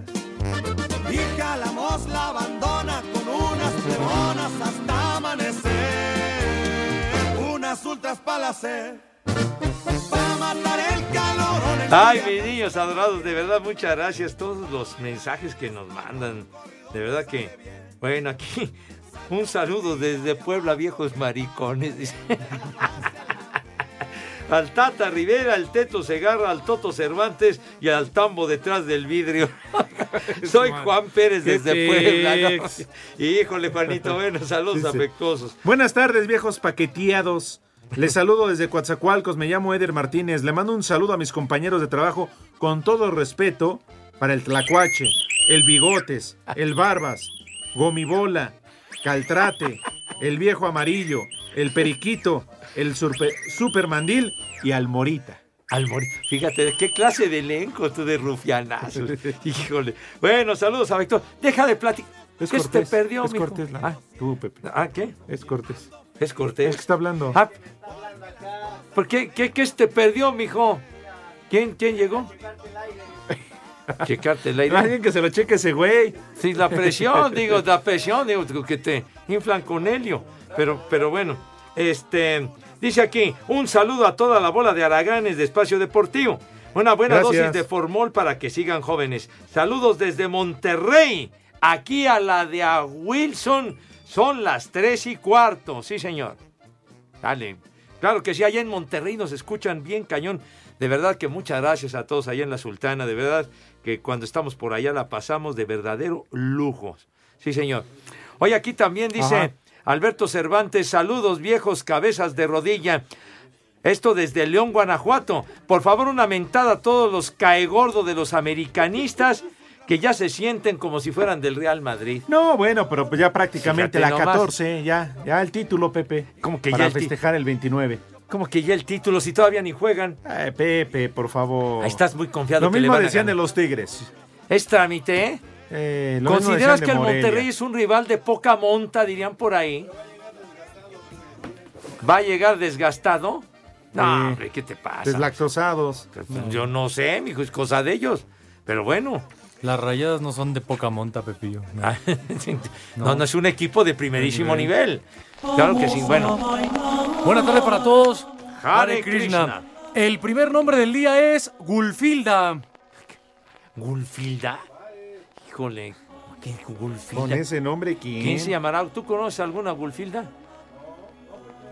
T: Y calamos la abandona con unas plebonas hasta amanecer. Unas ultras para hacer. Para matar el calorón. en
B: Ay, mis niños adorados, de verdad, muchas gracias. Todos los mensajes que nos mandan. De verdad que, bueno, aquí <laughs> un saludo desde Puebla, viejos maricones. <laughs> dice. Al Tata Rivera, al Teto Segarra, al Toto Cervantes y al Tambo detrás del vidrio. Soy Juan Pérez
C: Qué
B: desde Puebla. ¿no?
C: tics.
B: Híjole, Juanito, bueno, saludos
C: Dice,
B: afectuosos.
C: Buenas tardes, viejos paqueteados. Les saludo desde Coatzacoalcos, me llamo Eder Martínez. Le mando un saludo a mis compañeros de trabajo con todo respeto para el Tlacuache, el Bigotes, el Barbas, Gomibola, Caltrate, el Viejo Amarillo, el Periquito, el Surpe- Supermandil y Almorita.
B: Almorita, fíjate, qué clase de elenco tú
C: <laughs>
B: de rufianazos. Híjole. Bueno, saludos afectuosos. Deja de platicar.
C: Es
B: ¿Qué se te
C: Cortés,
B: perdió,
C: es
B: mijo?
C: Cortés, la-
B: Ah,
C: Tú, Pepe.
B: ah, ¿qué?
C: Es Cortés.
B: Es Cortés.
C: Está hablando.
B: Ah, ¿Por qué, qué, qué se te perdió, mijo? ¿Quién, quién
C: <laughs>
B: llegó? Checarte la idea.
C: Alguien que se lo cheque ese güey.
B: Sí, la presión, <laughs> digo, la presión, digo, que te inflan con helio. Pero, pero bueno, este, dice aquí, un saludo a toda la bola de Araganes de Espacio Deportivo. Una buena
C: Gracias.
B: dosis de formol para que sigan jóvenes. Saludos desde Monterrey, aquí a la de a Wilson. Son las tres y cuarto, sí señor. Dale. Claro que sí, allá en Monterrey nos escuchan bien cañón. De verdad que muchas gracias a todos allá en la Sultana. De verdad que cuando estamos por allá la pasamos de verdadero lujo. Sí, señor. Oye, aquí también dice
C: Ajá.
B: Alberto Cervantes, saludos viejos cabezas de rodilla. Esto desde León, Guanajuato. Por favor, una mentada a todos los caegordos de los americanistas que ya se sienten como si fueran del Real Madrid.
C: No, bueno, pero pues ya prácticamente
B: Fíjate
C: la
B: nomás.
C: 14, ya, ya el título, Pepe.
B: Como que
C: para
B: ya el ti-
C: festejar el 29.
B: Como que ya el título, si todavía ni juegan.
C: Eh, Pepe, por favor.
B: Ahí estás muy confiado
C: Oh. Lo
B: que le
C: mismo
B: van a
C: decían
B: ganar.
C: de los Tigres.
B: Es trámite, ¿eh?
C: Eh, lo mismo decían
B: ¿Consideras que
C: de
B: el
C: Morelia.
B: Monterrey es un rival de poca monta, dirían por ahí? ¿Va a llegar desgastado? No,
C: Sí.
B: hombre, ¿qué te pasa?
C: Deslactosados.
B: Yo no sé, mijo, es cosa de ellos. Pero bueno.
K: Las rayadas no son de poca monta, Pepillo.
B: <laughs> No, no es un equipo de primerísimo nivel. Claro que sí, bueno.
K: Buenas tardes para todos.
B: Hare
K: Hare
B: Krishna.
K: Krishna. El primer nombre del día es Gulfilda.
B: ¿Gulfilda? Híjole, ¿quién es Gulfilda?
C: Con ese nombre, ¿quién?
B: ¿Quién se llamará? ¿Tú conoces alguna Gulfilda?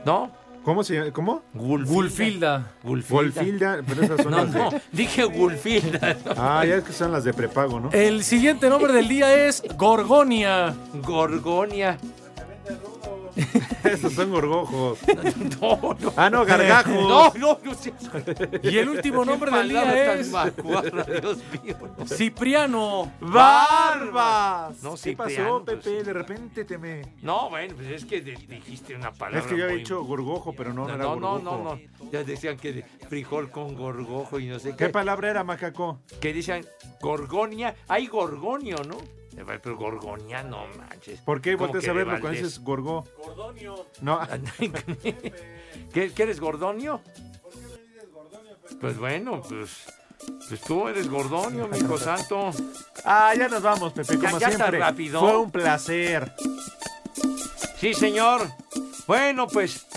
B: ¿No?
C: ¿Cómo se llama? ¿Cómo?
K: Gulfilda.
C: Wolfilda, pero esas son
B: <laughs> No,
C: las de-
B: no,
K: <laughs>
B: dije Gulfilda.
C: Ah, ya es que son las de prepago,
B: <laughs>
C: ¿no?
B: Eh.
K: El siguiente nombre del día es Gorgonia.
B: Gorgonia.
C: Esos son gorgojos.
B: No, no.
C: Ah, no, gargajos.
B: <laughs> No, no, no. sí.
K: Y el último nombre
B: Qué
K: del
B: palabra
K: día
B: tan
K: es
B: macuarra, Dios mío.
K: Cipriano.
B: Barbas. No,
C: ¿Qué
B: Cipriano,
C: pasó,
B: pues,
C: Pepe? De repente te me...
B: No, bueno, pues es que de- dijiste una palabra.
C: Es que yo había
B: muy-
C: dicho gorgojo, pero no, no
B: No,
C: era
B: no, no,
C: gorgojo.
B: no, no. Ya decían que de frijol con gorgojo y no sé qué.
C: ¿Qué palabra era, macaco?
B: que dicen gorgonia. Hay gorgonio, ¿no? Eh, Pero gorgonia, no manches.
C: ¿Por qué
B: Como
C: volteas
B: que
C: a
B: de
C: verlo cuando
B: Valdés.
C: dices gorgó? No,
B: <laughs> ¿Qué, qué eres gordonio? Pues bueno, pues, pues tú eres gordonio, mi hijo santo.
C: Ah, ya nos vamos, Pepe,
B: Ya-
C: como
B: ya tan
C: siempre.
B: rápido.
C: Fue un placer.
B: Sí, señor. Bueno, pues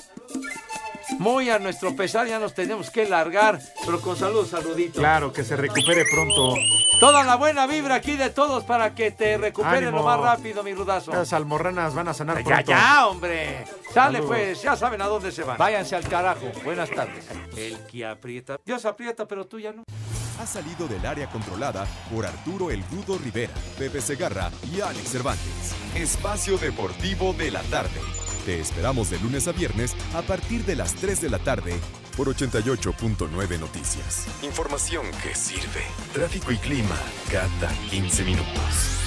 B: muy a nuestro pesar ya nos tenemos que largar, pero con salud, saludito.
C: Claro, que se recupere pronto.
B: Toda la buena vibra aquí de todos para que te recuperes
C: Ánimo.
B: lo más rápido, mi rudazo.
C: Las almorranas van a sanar
B: Ya,
C: pronto.
B: ya, hombre. Sale
C: Saludos.
B: pues, ya saben a dónde se van. Váyanse al carajo. Buenas tardes. El que aprieta. Dios aprieta, pero tú ya no.
A: Ha salido del área controlada por Arturo El Rudo Rivera, Pepe Segarra y Alex Cervantes. Espacio Deportivo de la Tarde. Te esperamos de lunes a viernes a partir de las 3 de la tarde por 88.9 Noticias.
R: Información que sirve. Tráfico y clima cada 15 minutos.